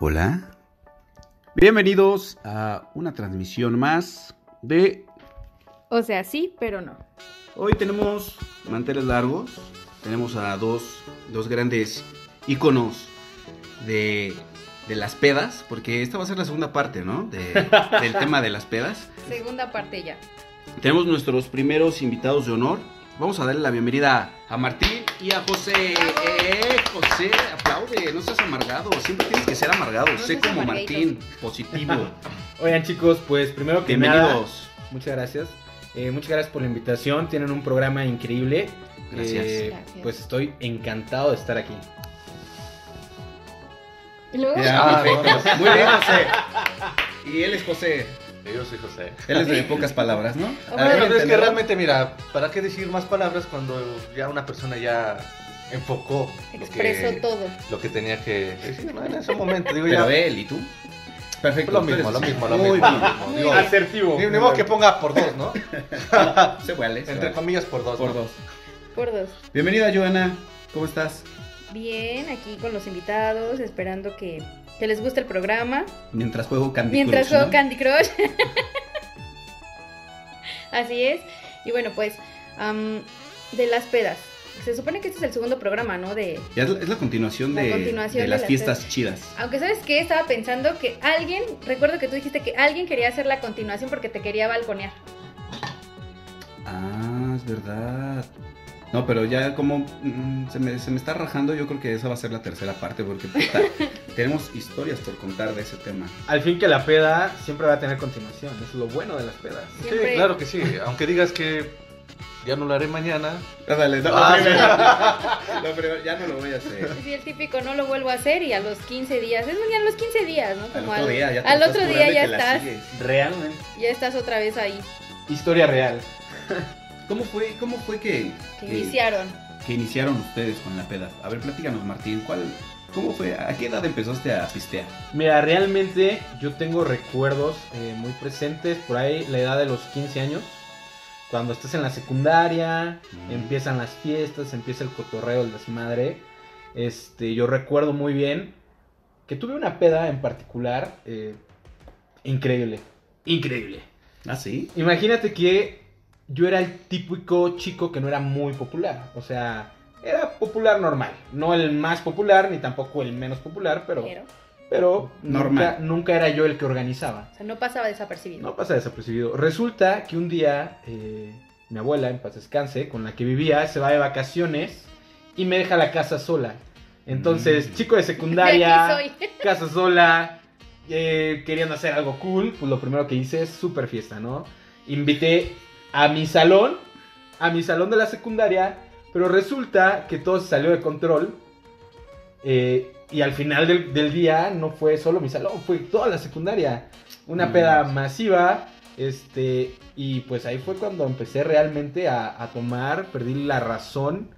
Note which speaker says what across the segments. Speaker 1: Hola. Bienvenidos a una transmisión más de...
Speaker 2: O sea, sí, pero no.
Speaker 1: Hoy tenemos manteles largos, tenemos a dos, dos grandes íconos de, de las pedas, porque esta va a ser la segunda parte, ¿no? De- del tema de las pedas.
Speaker 2: Segunda parte ya.
Speaker 1: Tenemos nuestros primeros invitados de honor. Vamos a darle la bienvenida a Martín y a José. Eh, José, aplaude, no seas amargado. Siempre tienes que ser amargado.
Speaker 2: No
Speaker 1: sé
Speaker 2: seas
Speaker 1: como
Speaker 2: amargadito.
Speaker 1: Martín, positivo.
Speaker 3: Oigan chicos, pues primero que nada,
Speaker 1: Bienvenidos.
Speaker 3: muchas gracias. Eh, muchas gracias por la invitación, tienen un programa increíble.
Speaker 1: Gracias.
Speaker 3: Eh,
Speaker 2: Gracias.
Speaker 3: Pues estoy encantado de estar aquí.
Speaker 2: Y luego,
Speaker 1: Ya,
Speaker 4: Ah,
Speaker 1: perfecto.
Speaker 4: no.
Speaker 1: Muy bien, José. Y él es José.
Speaker 4: Eh, Yo soy José.
Speaker 1: Él es de pocas palabras, ¿no?
Speaker 2: Ah,
Speaker 1: A ver,
Speaker 4: Bueno, es que
Speaker 1: ¿entendemos?
Speaker 4: realmente, mira, ¿para qué decir más palabras cuando ya una persona ya enfocó lo
Speaker 2: expresó
Speaker 4: que,
Speaker 2: todo.
Speaker 4: lo que tenía que decir ¿no? en ese momento? Digo,
Speaker 1: Pero
Speaker 4: ya,
Speaker 1: él y tú. Perfecto.
Speaker 4: lo
Speaker 1: tú
Speaker 4: mismo,
Speaker 1: eres-
Speaker 4: lo mismo, lo
Speaker 1: Muy
Speaker 4: mismo.
Speaker 1: bien.
Speaker 4: Digo, digo,
Speaker 3: Asertivo.
Speaker 4: ni- ni modo que ponga por dos, ¿no?
Speaker 1: Se vale. se
Speaker 4: Entre
Speaker 1: vale.
Speaker 4: comillas por dos.
Speaker 1: Por
Speaker 4: ¿no?
Speaker 1: dos.
Speaker 2: Por dos.
Speaker 1: Bienvenida, Joana. ¿Cómo estás?
Speaker 2: Bien, aquí con los invitados, esperando que, que les guste el programa.
Speaker 1: Mientras juego Candy
Speaker 2: Mientras
Speaker 1: Crush,
Speaker 2: juego
Speaker 1: ¿no?
Speaker 2: Candy Crush. Así es. Y bueno, pues, am, de las pedas. Se supone que este es el segundo programa, ¿no? De...
Speaker 1: Ya es la, es la continuación
Speaker 2: La
Speaker 1: de,
Speaker 2: continuación
Speaker 1: de
Speaker 2: de
Speaker 1: las
Speaker 2: las
Speaker 1: fiestas chidas.
Speaker 2: Aunque sabes que estaba pensando que alguien, recuerdo que tú dijiste que alguien quería hacer la continuación porque te quería balconear.
Speaker 1: Ah, es verdad. No, pero ya como mm, se, me, se me está rajando, yo creo que esa va a ser la tercera parte porque puta, tenemos historias por contar de ese tema.
Speaker 3: Al fin que la peda siempre va a tener continuación, eso es lo bueno de las pedas.
Speaker 4: Sí,
Speaker 2: Siempre-
Speaker 4: claro que sí. Aunque digas que ya no lo haré mañana.
Speaker 1: Ah, dale, no,
Speaker 4: Ah,
Speaker 1: lo primero. Lo primero, ya no lo voy a hacer.
Speaker 2: Pues Sí, el típico no lo vuelvo a hacer y a los 15 días, es muy a los 15 días, ¿no?
Speaker 1: Al
Speaker 2: Como
Speaker 1: otro día ya, te
Speaker 2: al
Speaker 1: estás
Speaker 2: otro
Speaker 1: curando
Speaker 2: día
Speaker 1: y
Speaker 2: ya
Speaker 1: te la
Speaker 2: estás,
Speaker 1: sigues.
Speaker 3: Realmente.
Speaker 2: ya estás otra vez ahí,
Speaker 3: Historia real.
Speaker 1: ¿Cómo fue, cómo fue que,
Speaker 2: que
Speaker 1: que-
Speaker 2: iniciaron.
Speaker 1: que iniciaron ustedes con la peda? A ver, platícanos, Martín, ¿cuál, ¿cómo fue? ¿A qué edad empezaste a pistear?
Speaker 3: Mira, realmente yo tengo recuerdos eh, muy presentes, por ahí la edad de los 15 años, cuando estás en la secundaria,
Speaker 1: Mm.
Speaker 3: empiezan las fiestas, empieza el cotorreo, el desmadre. Este, yo recuerdo muy bien que tuve una peda en particular eh, increíble, increíble.
Speaker 1: ¿Ah, sí?
Speaker 3: Imagínate que yo era el típico chico que no era muy popular, o sea, era popular normal, no el más popular ni tampoco el menos popular,
Speaker 2: Pero,
Speaker 3: pero
Speaker 1: Normal.
Speaker 3: nunca, nunca era yo el que organizaba.
Speaker 2: o sea, no pasaba desapercibido.
Speaker 3: No pasa desapercibido. Resulta que un día eh, mi abuela, en paz descanse, con la que vivía, se va de vacaciones y me deja la casa sola. Entonces,
Speaker 1: Mm.
Speaker 3: chico de
Speaker 2: De aquí
Speaker 3: secundaria,
Speaker 2: soy.
Speaker 3: casa sola, eh, queriendo hacer algo cool, pues lo primero que hice es super fiesta, ¿no? Invité a mi salón, a mi salón de la secundaria, pero resulta que todo se salió de control. eh, y al final del, del día no fue solo mi salón, fue toda la secundaria. Una
Speaker 1: Mm.
Speaker 3: peda masiva, este, y pues ahí fue cuando empecé realmente a, a tomar, perdí la razón,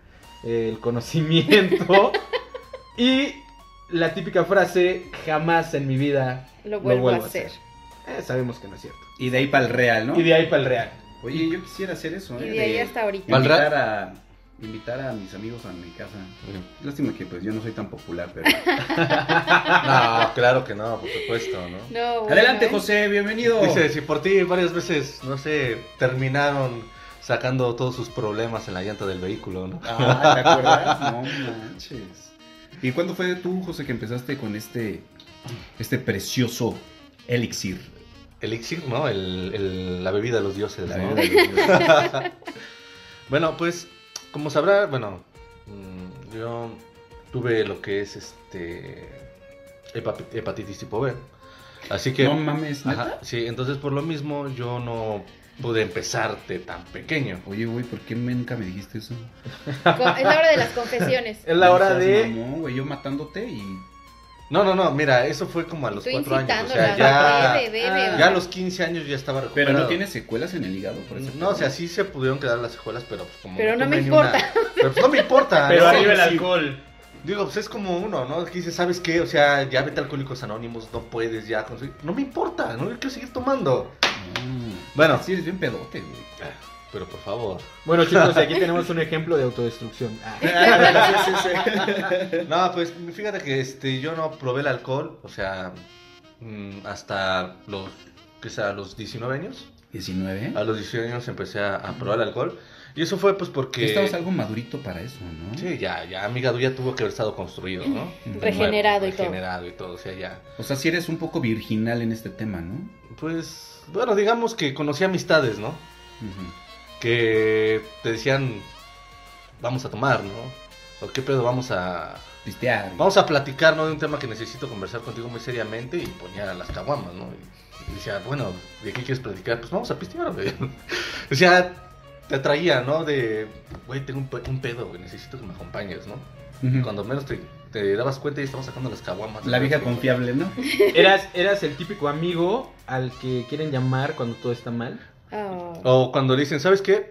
Speaker 3: eh, el conocimiento. y la típica frase, jamás en mi vida
Speaker 2: Lo
Speaker 3: lo
Speaker 2: vuelvo,
Speaker 3: vuelvo,
Speaker 2: a hacer.
Speaker 3: hacer. Eh, sabemos que no es cierto.
Speaker 1: Y de ahí para el real, ¿no?
Speaker 3: Y de ahí para el real.
Speaker 1: Oye, yo quisiera hacer eso,
Speaker 2: Y
Speaker 1: ¿eh?
Speaker 2: de ahí hasta ahorita.
Speaker 4: Pal-
Speaker 1: invitar a, invitar a mis amigos a mi casa. Lástima que pues yo no soy tan popular, pero...
Speaker 4: No, claro que no, por supuesto, ¿no?
Speaker 2: No, bueno,
Speaker 1: Adelante,
Speaker 2: ¿eh?
Speaker 1: José, bienvenido.
Speaker 4: Dice, si por ti varias veces, no sé, terminaron sacando todos sus problemas en la llanta del vehículo, ¿no?
Speaker 1: Ah, ¿te acuerdas? No manches. ¿Y cuándo fue tú, José, que empezaste con este, este precioso elixir?
Speaker 4: Elixir, ¿no? El, el- la bebida de los dioses,
Speaker 1: La
Speaker 4: ¿no?
Speaker 1: bebida
Speaker 4: bueno, pues, como sabrá, bueno, mm, yo tuve lo que es este hepa- hepatitis tipo B. Así que...
Speaker 1: No mames, ¿neta?
Speaker 4: Ajá, sí, entonces por lo mismo yo no pude empezar de tan pequeño.
Speaker 1: Oye, güey, ¿por qué nunca me dijiste eso?
Speaker 2: Co- Es la hora de las confesiones.
Speaker 3: Es la
Speaker 1: No
Speaker 3: hora
Speaker 1: seas
Speaker 3: de...
Speaker 1: mamón, güey, yo matándote y...
Speaker 4: No, no, no, mira, eso fue como a los
Speaker 2: Estoy
Speaker 4: cuatro años. O
Speaker 2: incitándola.
Speaker 4: sea, ya...
Speaker 2: Bebe, bebe.
Speaker 4: Ya a los 15 años ya estaba
Speaker 1: Pero
Speaker 4: recuperado. Mm,
Speaker 1: no tienes secuelas en el hígado, por eso.
Speaker 4: No, o sea, sí se pudieron quedar las secuelas, pero pues como...
Speaker 2: Pero no
Speaker 4: tomé
Speaker 2: me
Speaker 4: ni una- Pero pues no me importa.
Speaker 3: Pero
Speaker 4: ¿no?
Speaker 3: arriba el
Speaker 4: Sí.
Speaker 3: alcohol.
Speaker 4: Digo, pues es como uno, ¿no? Que dice, ¿sabes qué? O sea, ya vete a Alcohólicos Anónimos, no puedes ya conseguir... No me importa, no yo quiero seguir tomando.
Speaker 1: Ah,
Speaker 4: Bueno,
Speaker 1: sí, eres bien pedote, güey.
Speaker 4: pero por favor.
Speaker 3: Bueno, chicos, y aquí tenemos un ejemplo de autodestrucción. Ah.
Speaker 4: Sí, sí, sí. No, pues fíjate que este, yo no probé el alcohol, o sea, mm, hasta los, que sea, los 19 años.
Speaker 1: 19.
Speaker 4: A los 19 años empecé a, a probar el alcohol. Y eso fue pues porque...
Speaker 1: Estabas algo madurito para eso, ¿no?
Speaker 4: Sí, ya, ya, amiga, ya tuvo que haber estado construido, ¿no?
Speaker 1: Ujú.
Speaker 2: Regenerado y todo.
Speaker 4: Regenerado y todo, o sea, ya.
Speaker 1: O sea, si eres un poco virginal en este tema, ¿no?
Speaker 4: Pues, bueno, digamos que conocí amistades, ¿no?
Speaker 1: Ujú.
Speaker 4: Que te decían, vamos a tomar, ¿no? O qué pedo, vamos a...
Speaker 1: Pistear.
Speaker 4: Vamos a platicar, ¿no? De un tema que necesito conversar contigo muy seriamente y ponía las caguamas, ¿no? Y decía, bueno, ¿de qué quieres platicar? Pues vamos a pistear, güey. o sea, te atraía, ¿no? De, güey, tengo un, pe- un pedo, güey, necesito que me acompañes, ¿no?
Speaker 1: Ujú.
Speaker 4: Cuando menos te, te dabas cuenta y estabas sacando las caguamas.
Speaker 1: La vieja confiable, ¿no?
Speaker 3: Eras, eras el típico amigo al que quieren llamar cuando todo está mal.
Speaker 2: Oh.
Speaker 4: O cuando le dicen, ¿sabes qué?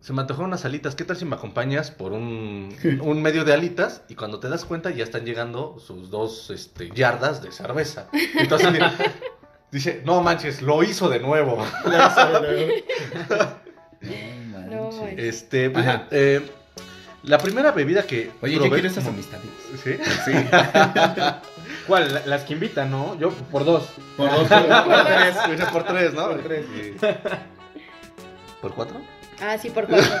Speaker 4: Se me antojaron unas alitas, ¿qué tal si me acompañas por un, un medio de alitas? Y cuando te das cuenta ya están llegando sus dos este, yardas de cerveza. Entonces di- dice, no manches, lo hizo de nuevo.
Speaker 1: No, manches.
Speaker 2: manches.
Speaker 4: Este, pues,
Speaker 1: Ajá.
Speaker 4: eh, la primera bebida que
Speaker 1: Oye, ¿qué
Speaker 4: probé-
Speaker 1: quieres esas amistades?
Speaker 4: ¿Sí?
Speaker 1: Sí.
Speaker 3: ¿Cuál? La- Las que invitan, ¿no? Yo por dos.
Speaker 1: Por dos, por
Speaker 4: Por
Speaker 1: dos.
Speaker 4: tres, una por tres, ¿no?
Speaker 3: Por tres.
Speaker 4: Sí. ¿Por cuatro?
Speaker 2: Ah, sí, por cuatro. Bueno.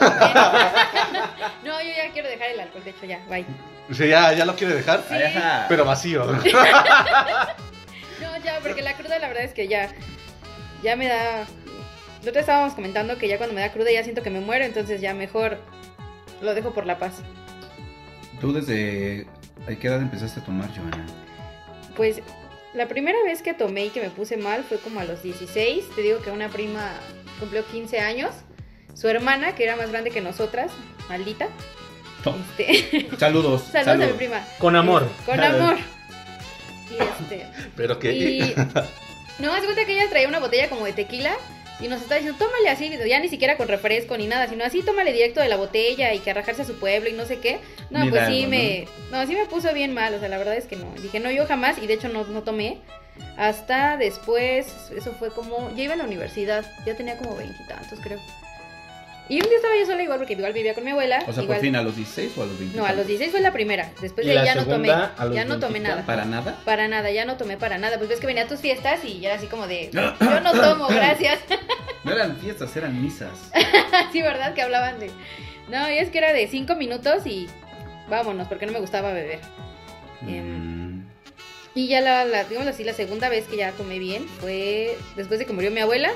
Speaker 2: no, yo ya quiero dejar el alcohol, de hecho, ya, bye.
Speaker 4: Sí, ya, ya lo quiere dejar,
Speaker 2: Sí.
Speaker 1: Ajá.
Speaker 4: pero vacío.
Speaker 2: No, ya, porque la cruda la verdad es que ya, ya me da... Nosotros estábamos comentando que ya cuando me da cruda ya siento que me muero, entonces ya mejor lo dejo por la paz.
Speaker 1: ¿Tú desde a qué edad empezaste a tomar, Joana?
Speaker 2: Pues la primera vez que tomé y que me puse mal fue como a los 16. Te digo que una prima cumplió 15 años. Su hermana, que era más grande que nosotras, maldita.
Speaker 1: No.
Speaker 2: Este,
Speaker 1: Saludos.
Speaker 2: saludos a mi prima.
Speaker 3: Con amor.
Speaker 2: Con amor. Y este.
Speaker 4: Pero que...
Speaker 2: Y. No, haz de cuenta que ella traía una botella como de tequila. Y nos está diciendo, tómale así, ya ni siquiera con refresco ni nada, sino así, tómale directo de la botella y que arrajarse a su pueblo y no sé qué. No,
Speaker 1: Ni
Speaker 2: pues
Speaker 1: da
Speaker 2: sí
Speaker 1: algo,
Speaker 2: me. No, sí me puso bien mal, o sea, la verdad es que no. Dije, no, yo jamás, y de hecho no, no tomé. Hasta después, eso fue como. Yo iba a la universidad, ya tenía como veintitantos, creo. Y un día estaba yo sola igual, porque igual vivía con mi abuela.
Speaker 1: O sea,
Speaker 2: igual-
Speaker 1: por fin a los 16 o a los 20.
Speaker 2: No, a los 16 fue la primera. Después
Speaker 3: Y
Speaker 2: de ahí
Speaker 3: la
Speaker 2: ya no tomé.
Speaker 3: segunda, a los
Speaker 2: Ya no tomé
Speaker 3: 20
Speaker 2: nada.
Speaker 1: ¿Para nada?
Speaker 2: Para nada, ya no tomé para nada. Pues ves que venía a tus fiestas y ya era así como de, yo no tomo, gracias.
Speaker 1: No eran fiestas, eran misas.
Speaker 2: sí, ¿verdad? Que hablaban de... No, y es que era de cinco minutos y vámonos, porque no me gustaba beber. Em.
Speaker 1: Mm.
Speaker 2: Y ya la, la digamos así, la segunda vez que ya tomé bien fue después de que murió mi abuela.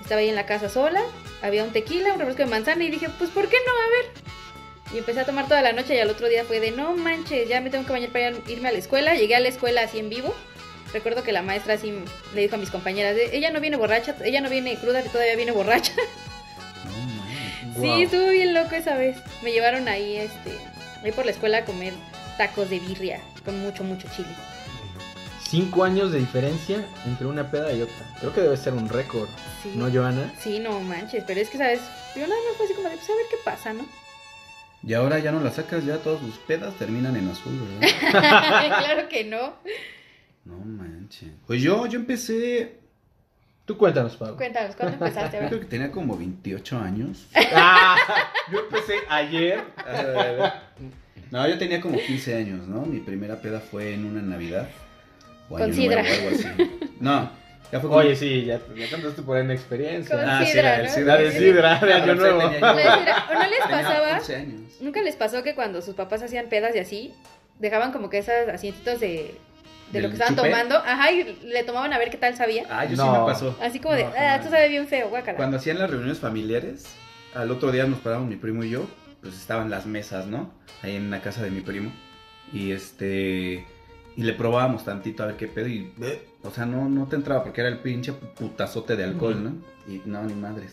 Speaker 2: Estaba ahí en la casa sola, había un tequila, un refresco de manzana y dije, pues ¿por qué no? A ver. Y empecé a tomar toda la noche y al otro día fue de, no manches, ya me tengo que bañar para ir- irme a la escuela. Llegué a la escuela así en vivo. Recuerdo que la maestra así le dijo a mis compañeras, de, ella no viene borracha, ella no viene cruda, todavía viene borracha.
Speaker 1: No, mames.
Speaker 2: Sí, estuvo bien loco esa vez. Me llevaron ahí, este, ahí por la escuela a comer tacos de birria con mucho, mucho chile.
Speaker 3: Cinco años de diferencia entre una peda y otra. Creo que debe ser un récord,
Speaker 2: Sí.
Speaker 3: ¿no, Joana?
Speaker 2: Sí, no manches, pero es que, ¿sabes? Yo nada más fue así como de, pues a ver qué pasa, ¿no?
Speaker 1: Y ahora ya no la sacas, ya todas sus pedas terminan en azul, ¿verdad?
Speaker 2: claro que no.
Speaker 1: no manches. Pues yo, yo empecé,
Speaker 3: Tú cuéntanos, Pablo.
Speaker 2: Cuéntanos, ¿cuándo empezaste? A
Speaker 1: yo
Speaker 2: ver.
Speaker 1: creo que tenía como 28 años.
Speaker 3: Ah, yo empecé ayer.
Speaker 1: No, yo tenía como 15 años, ¿no? Mi primera peda fue en una Navidad. O Año
Speaker 2: Considera.
Speaker 1: Nuevo, algo así. No, ya fue como...
Speaker 3: Oye, sí, ya, ya contaste por en experiencia.
Speaker 1: Ah, sí, la
Speaker 2: Sidra,
Speaker 1: de
Speaker 2: ¿no?
Speaker 1: sidra,
Speaker 3: La de Sidra, de
Speaker 1: Ah, pensé
Speaker 3: Año
Speaker 1: que
Speaker 3: Nuevo.
Speaker 1: tenía yo-
Speaker 2: La de sidra. ¿O no les
Speaker 1: tenía
Speaker 2: pasaba?
Speaker 1: 15 años.
Speaker 2: ¿Nunca les pasó que cuando sus papás hacían pedas y así, dejaban como que esas asientitos de, de lo
Speaker 1: ¿Del
Speaker 2: que estaban
Speaker 1: chupe?
Speaker 2: tomando? Ajá, y le tomaban a ver qué tal sabía.
Speaker 1: Ah, yo sí
Speaker 3: No.
Speaker 1: me pasó.
Speaker 2: Así como de,
Speaker 3: No,
Speaker 2: ah,
Speaker 3: jamás.
Speaker 2: esto sabe bien feo, guácala.
Speaker 1: Cuando hacían las reuniones familiares, al otro día nos parábamos mi primo y yo, pues estaban las mesas, ¿no? Ahí en la casa de mi primo. Y este. Y le probábamos tantito a ver qué pedo y. bleh, O sea, no, no te entraba porque era el pinche putazote de alcohol, ¿no? Y no, ni madres.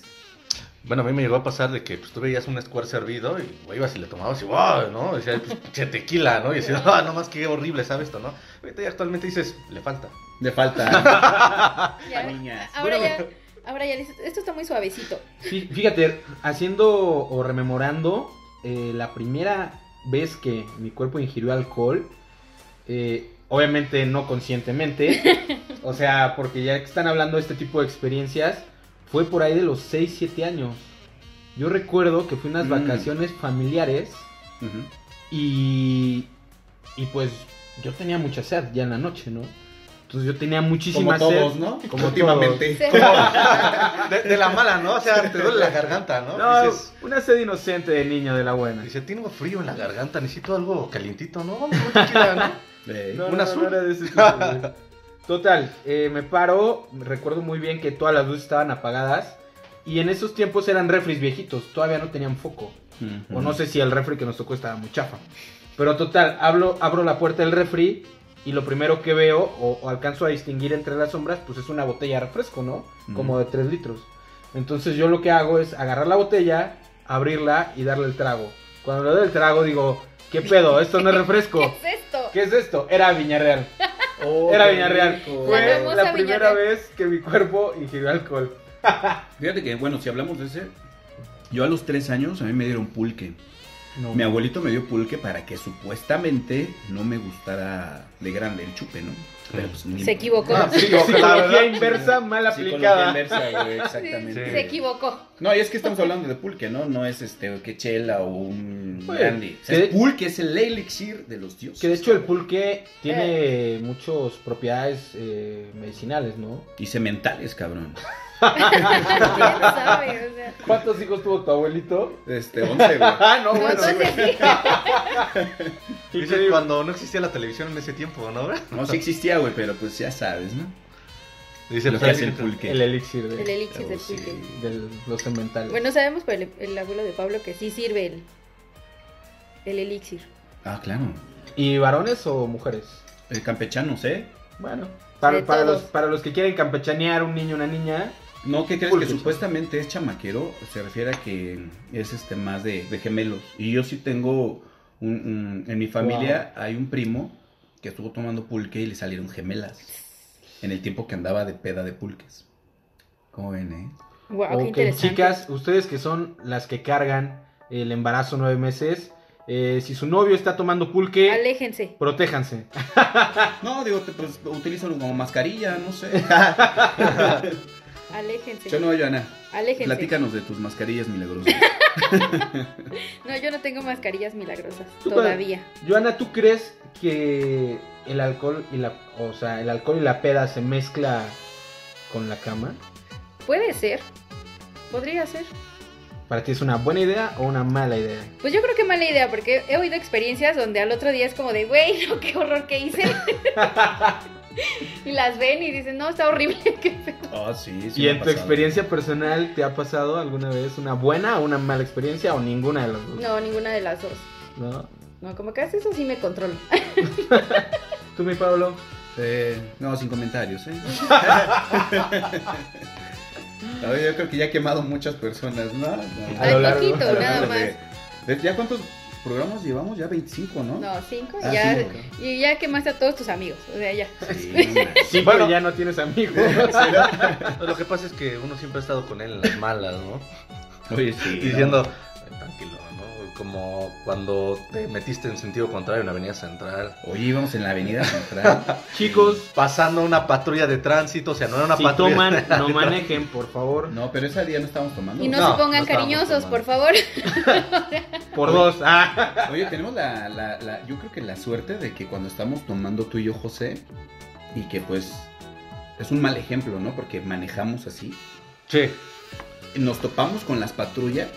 Speaker 4: Bueno, a mí me llegó a pasar de que pues, tú veías un square servido y güey, ibas y le tomabas y wow, ¿no? Decía, pues, che, tequila, ¿no? Y decía, ah, no más qué horrible, ¿sabes esto, no? Ahorita ya actualmente dices, le falta.
Speaker 1: De falta.
Speaker 2: Ya-
Speaker 1: niñas.
Speaker 2: ahora ya,
Speaker 4: Bueno.
Speaker 2: ahora ya dices, esto está muy suavecito.
Speaker 3: Fí- Fíjate, haciendo o rememorando, eh, la primera vez que mi cuerpo ingirió alcohol, eh, obviamente no conscientemente, o sea, porque ya que están hablando de este tipo de experiencias, fue por ahí de los 6, 7 años. Yo recuerdo que fui unas
Speaker 1: Mm.
Speaker 3: vacaciones familiares
Speaker 1: Ujú.
Speaker 3: y, y pues yo tenía mucha sed ya en la noche, ¿no? Entonces yo tenía muchísima
Speaker 5: Como todos,
Speaker 3: sed.
Speaker 5: ¿no?
Speaker 3: Como
Speaker 5: Últimamente.
Speaker 2: Sí.
Speaker 4: De, de la mala, ¿no? O sea, te duele la garganta, ¿no?
Speaker 3: No,
Speaker 4: Dices,
Speaker 3: una sed inocente de niño de la buena.
Speaker 4: dice, tengo frío en la garganta, necesito algo calientito, ¿no? Vamos, un tequila, ¿no?
Speaker 1: Eh,
Speaker 3: No,
Speaker 4: Un
Speaker 3: no, no,
Speaker 4: azul.
Speaker 3: no era de ese tipo, güey. Total, eh, me paro, recuerdo muy bien que todas las luces estaban apagadas y en esos tiempos eran refris viejitos, todavía no tenían foco.
Speaker 1: ujú.
Speaker 3: O no sé si el refri que nos tocó estaba muy chafa. Pero total, hablo, abro la puerta del refri y lo primero que veo o, o alcanzo a distinguir entre las sombras, pues es una botella de refresco, ¿no? Como de 3 litros. Entonces yo lo que hago es agarrar la botella, abrirla y darle el trago. Cuando le doy el trago digo, ¿qué pedo? Esto no es refresco.
Speaker 2: ¿Qué es esto?
Speaker 3: ¿Qué es esto? Era Viñarreal.
Speaker 5: Oh,
Speaker 3: Era
Speaker 5: qué
Speaker 3: Viñarreal.
Speaker 5: rico.
Speaker 2: La
Speaker 3: Fue
Speaker 2: famosa
Speaker 3: la primera
Speaker 2: Viñarreal.
Speaker 3: vez que mi cuerpo ingirió alcohol.
Speaker 1: Fíjate que, bueno, si hablamos de ese, yo a los tres años a mí me dieron pulque.
Speaker 3: No.
Speaker 1: Mi abuelito me dio pulque para que supuestamente no me gustara de grande el chupe, ¿no? Pero pues ni-
Speaker 2: Se equivocó.
Speaker 4: Ah, sí, ojalá,
Speaker 3: Psicología
Speaker 4: ¿verdad?
Speaker 3: inversa mal
Speaker 5: Psicología
Speaker 3: aplicada.
Speaker 5: inversa, güey, exactamente.
Speaker 1: pues.
Speaker 2: Se equivocó.
Speaker 1: No, y es que estamos hablando de pulque, ¿no? No es este que chela o un
Speaker 3: Oye,
Speaker 1: grande. O sea,
Speaker 3: que
Speaker 1: el
Speaker 3: de-
Speaker 1: pulque es el elixir de los dioses.
Speaker 3: Que de hecho el pulque tiene muchas propiedades eh, medicinales, ¿no?
Speaker 1: Y cementales, cabrón.
Speaker 2: ¿Quién sabe? O sea,
Speaker 3: ¿Cuántos hijos tuvo tu abuelito?
Speaker 1: Este, once, güey.
Speaker 3: Ah, no, bueno.
Speaker 2: entonces sí.
Speaker 4: Dice, cuando no existía la televisión en ese tiempo, ¿no?
Speaker 1: No, sí existía, güey, pero pues ya sabes, ¿no?
Speaker 4: Dice,
Speaker 1: Lo
Speaker 4: pues,
Speaker 1: que hace
Speaker 4: ahí-
Speaker 1: el pulque.
Speaker 3: El elixir de,
Speaker 2: El elixir del
Speaker 1: Oh, sí.
Speaker 2: pulque.
Speaker 3: del- los cementales.
Speaker 2: Bueno, sabemos por el, el abuelo de Pablo que sí sirve el, el elixir.
Speaker 1: Ah, claro.
Speaker 3: ¿Y varones o mujeres?
Speaker 1: El campechano, ¿eh?
Speaker 3: Bueno, para,
Speaker 2: De
Speaker 3: para
Speaker 2: todos.
Speaker 3: los, para los que quieren campechanear un niño una niña,
Speaker 1: No, ¿qué crees?
Speaker 3: Pulque,
Speaker 1: que
Speaker 3: sí.
Speaker 1: supuestamente es chamaquero, se refiere a que es este más de, de gemelos. Y yo sí tengo, un, un- en mi familia hay un primo que estuvo tomando pulque y le salieron gemelas. En el tiempo que andaba de peda de pulques. ¿Cómo ven, eh?
Speaker 2: Wow, qué
Speaker 3: o que
Speaker 2: interesante.
Speaker 3: chicas, ustedes que son las que cargan el embarazo nueve meses, eh, si su novio está tomando pulque,
Speaker 2: Aléjense.
Speaker 3: protéjanse.
Speaker 1: No, digo, te- pues utilízalo como mascarilla, no sé.
Speaker 2: Aléjense.
Speaker 1: yo no, Joana.
Speaker 2: aléjense.
Speaker 1: Platícanos de tus mascarillas milagrosas.
Speaker 2: No, yo no tengo mascarillas milagrosas.
Speaker 3: Tú,
Speaker 2: Todavía.
Speaker 3: Joana, ¿tú crees que el alcohol y la, o sea, el alcohol y la peda se mezcla con la cama?
Speaker 2: Puede ser. Podría ser.
Speaker 3: ¿Para ti es una buena idea o una mala idea?
Speaker 2: Pues yo creo que mala idea, porque he oído experiencias donde al otro día es como de, güey, no, qué horror que hice. y las ven y dicen, no, está horrible. qué feo".
Speaker 1: Ah, sí, sí.
Speaker 3: ¿Y
Speaker 1: me
Speaker 3: en
Speaker 1: ha
Speaker 3: tu
Speaker 1: pasado.
Speaker 3: experiencia personal te ha pasado alguna vez una buena o una mala experiencia o ninguna de las dos?
Speaker 2: no, ninguna de las dos.
Speaker 3: ¿No?
Speaker 2: No, como que hace eso sí me controlo.
Speaker 3: ¿Tú, mi Pablo?
Speaker 1: Eh, no, sin comentarios, ¿eh? No, yo creo que ya he quemado muchas personas, ¿no? no.
Speaker 3: A lo
Speaker 2: Ay,
Speaker 3: largo.
Speaker 2: poquito,
Speaker 3: A lo
Speaker 2: nada
Speaker 1: Hablando
Speaker 2: más.
Speaker 1: de- de- ¿Ya cuántos programas llevamos? Ya 25, ¿no?
Speaker 2: No, cinco.
Speaker 1: Ah,
Speaker 2: ya,
Speaker 1: cinco.
Speaker 2: Y ya quemaste a todos tus amigos. O sea, ya.
Speaker 1: Sí, no,
Speaker 3: Sí,
Speaker 4: Bueno.
Speaker 3: pero ya no tienes amigos.
Speaker 4: Lo que pasa es que uno siempre ha estado con él en las malas, ¿no?
Speaker 1: Oye, sí. no.
Speaker 4: diciendo, "Ay, tranquilo, ¿no? Como cuando te metiste en sentido contrario en la Avenida Central.
Speaker 1: Oye, íbamos en la avenida central.
Speaker 3: Chicos,
Speaker 4: Pasando una patrulla de tránsito, o sea, no era una
Speaker 3: si
Speaker 4: patrulla.
Speaker 3: toman, no manejen, por favor.
Speaker 1: No, pero ese día no estábamos tomando.
Speaker 2: Y no,
Speaker 4: No,
Speaker 2: se pongan
Speaker 4: no estábamos
Speaker 2: cariñosos,
Speaker 4: tomando.
Speaker 2: por favor.
Speaker 3: Por dos. Ah.
Speaker 1: Oye, tenemos la, la- la- yo creo que la suerte de que cuando estamos tomando tú y yo, José, y que pues es un mal ejemplo, ¿no? Porque manejamos así.
Speaker 3: Che.
Speaker 1: nos topamos con las patrullas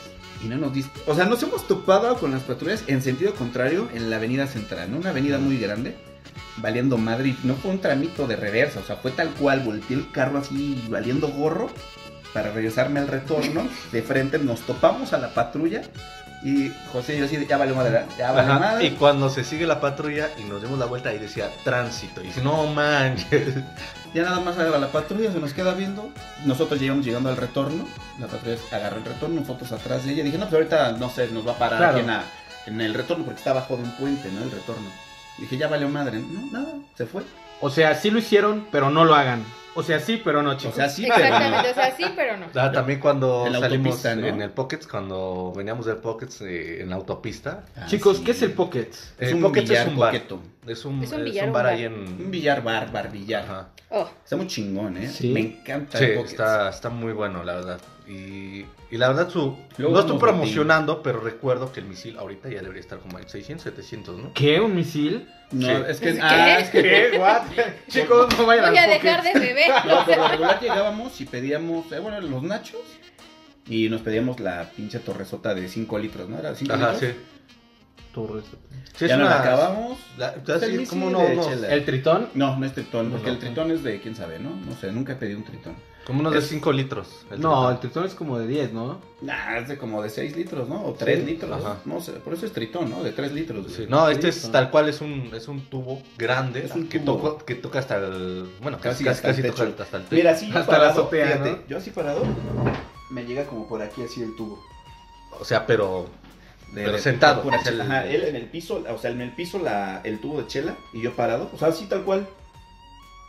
Speaker 1: y no nos dice. O sea, nos hemos topado con las patrullas en sentido contrario en la avenida central, ¿no? Una avenida muy grande, valiendo madre. y No fue un tramito de reversa, o sea, fue tal cual. Volteé el carro así, valiendo gorro, para regresarme al retorno. De frente nos topamos a la patrulla y José y yo así, de, ya vale madre, ¿verdad? ya vale
Speaker 4: Ajá,
Speaker 1: madre.
Speaker 4: Y cuando se sigue la patrulla y nos dimos la vuelta, ahí decía tránsito. Y dice, no manches.
Speaker 1: Ya nada más agarra la patrulla, se nos queda viendo. Nosotros llegamos llegando al retorno. La patrulla agarró el retorno, nosotros atrás de ella. Dije, no, pues ahorita no sé, nos va a parar
Speaker 3: Claro.
Speaker 1: aquí en, la- en el retorno porque está abajo de un puente, ¿no? El retorno. Dije, ya valió madre. No, nada, se fue.
Speaker 3: O sea, sí lo hicieron, pero no lo hagan. O sea, sí, pero no,
Speaker 1: O
Speaker 3: chicos.
Speaker 1: sea, sí, pero.
Speaker 2: Exactamente, o sea, sí, pero no.
Speaker 4: Ah, también cuando
Speaker 1: En la
Speaker 4: salimos
Speaker 1: autopista, ¿no?
Speaker 4: en el Pockets, cuando veníamos del Pockets eh, en la autopista.
Speaker 1: Ah,
Speaker 3: chicos,
Speaker 1: sí.
Speaker 3: ¿qué es el pocket?
Speaker 1: Es
Speaker 4: El
Speaker 1: un
Speaker 4: Pockets
Speaker 1: billar
Speaker 4: es un bar.
Speaker 1: coqueto.
Speaker 4: Es un,
Speaker 2: Es
Speaker 4: es
Speaker 2: un
Speaker 4: un
Speaker 2: billar o un
Speaker 4: bar
Speaker 2: bar.
Speaker 4: ahí
Speaker 1: Un
Speaker 4: en.
Speaker 1: billar bar, bar billar.
Speaker 4: Ajá.
Speaker 2: Oh,
Speaker 1: Está muy chingón, ¿eh?
Speaker 3: Sí.
Speaker 1: Me encanta
Speaker 4: Sí,
Speaker 1: el Pockets.
Speaker 4: está, está muy bueno, la verdad. Y, y la verdad, su,
Speaker 1: Luego
Speaker 4: no
Speaker 1: vamos
Speaker 4: estoy
Speaker 1: a ti.
Speaker 4: promocionando, pero recuerdo que el misil ahorita ya debería estar como en 600, 700, ¿no?
Speaker 3: ¿Qué? ¿Un misil?
Speaker 1: No,
Speaker 4: Sí.
Speaker 1: es que...
Speaker 2: ¿Qué?
Speaker 1: Ah, es que...
Speaker 3: ¿Qué? ¿What? Chicos, no vayan
Speaker 2: voy a
Speaker 3: al
Speaker 2: dejar de beber.
Speaker 1: No, por lo regular llegábamos y pedíamos, eh, bueno, los nachos. Y nos pedíamos la pinche torresota de 5 litros, ¿no? Era 5
Speaker 4: Ajá,
Speaker 1: litros.
Speaker 4: sí.
Speaker 3: Torres.
Speaker 4: Sí, es
Speaker 1: ya no la
Speaker 4: una-
Speaker 1: acabamos.
Speaker 4: la- te das
Speaker 1: El
Speaker 4: ir
Speaker 1: misil
Speaker 4: como uno-
Speaker 1: de
Speaker 4: unos,
Speaker 1: chela.
Speaker 3: ¿El tritón?
Speaker 1: No, no es tritón, porque
Speaker 4: No.
Speaker 1: el tritón es de quién sabe, ¿no? No sé, nunca pedí un tritón.
Speaker 4: como unos de
Speaker 1: Es-
Speaker 4: 5 litros. el
Speaker 3: no, el
Speaker 4: total.
Speaker 3: tritón es como de 10, ¿no?
Speaker 1: Nah, es de como de 6 litros, ¿no? O 3 litros.
Speaker 4: ajá.
Speaker 1: No sé, por eso es tritón, ¿no? De 3 litros. güey.
Speaker 4: Sí, no, este
Speaker 3: Sí,
Speaker 4: es tal cual, es un, es un tubo grande
Speaker 1: Es un
Speaker 4: que,
Speaker 1: tubo.
Speaker 4: toco- que toca hasta el. Bueno,
Speaker 1: Casi
Speaker 4: casi,
Speaker 1: hasta
Speaker 4: casi,
Speaker 1: el
Speaker 4: toca
Speaker 1: techo.
Speaker 4: hasta el techo.
Speaker 1: Mira, así yo
Speaker 3: Hasta
Speaker 1: parado,
Speaker 3: la azotea,
Speaker 1: fíjate,
Speaker 3: ¿no?
Speaker 1: Yo así parado, me llega como por aquí así el tubo.
Speaker 4: O sea, pero.
Speaker 1: De-
Speaker 4: Pero
Speaker 1: de-
Speaker 4: sentado,
Speaker 1: pura
Speaker 4: es
Speaker 1: chela.
Speaker 4: el-
Speaker 1: Ajá, él en el piso, o sea, en el piso la, el tubo de chela y yo parado, o sea, así tal cual.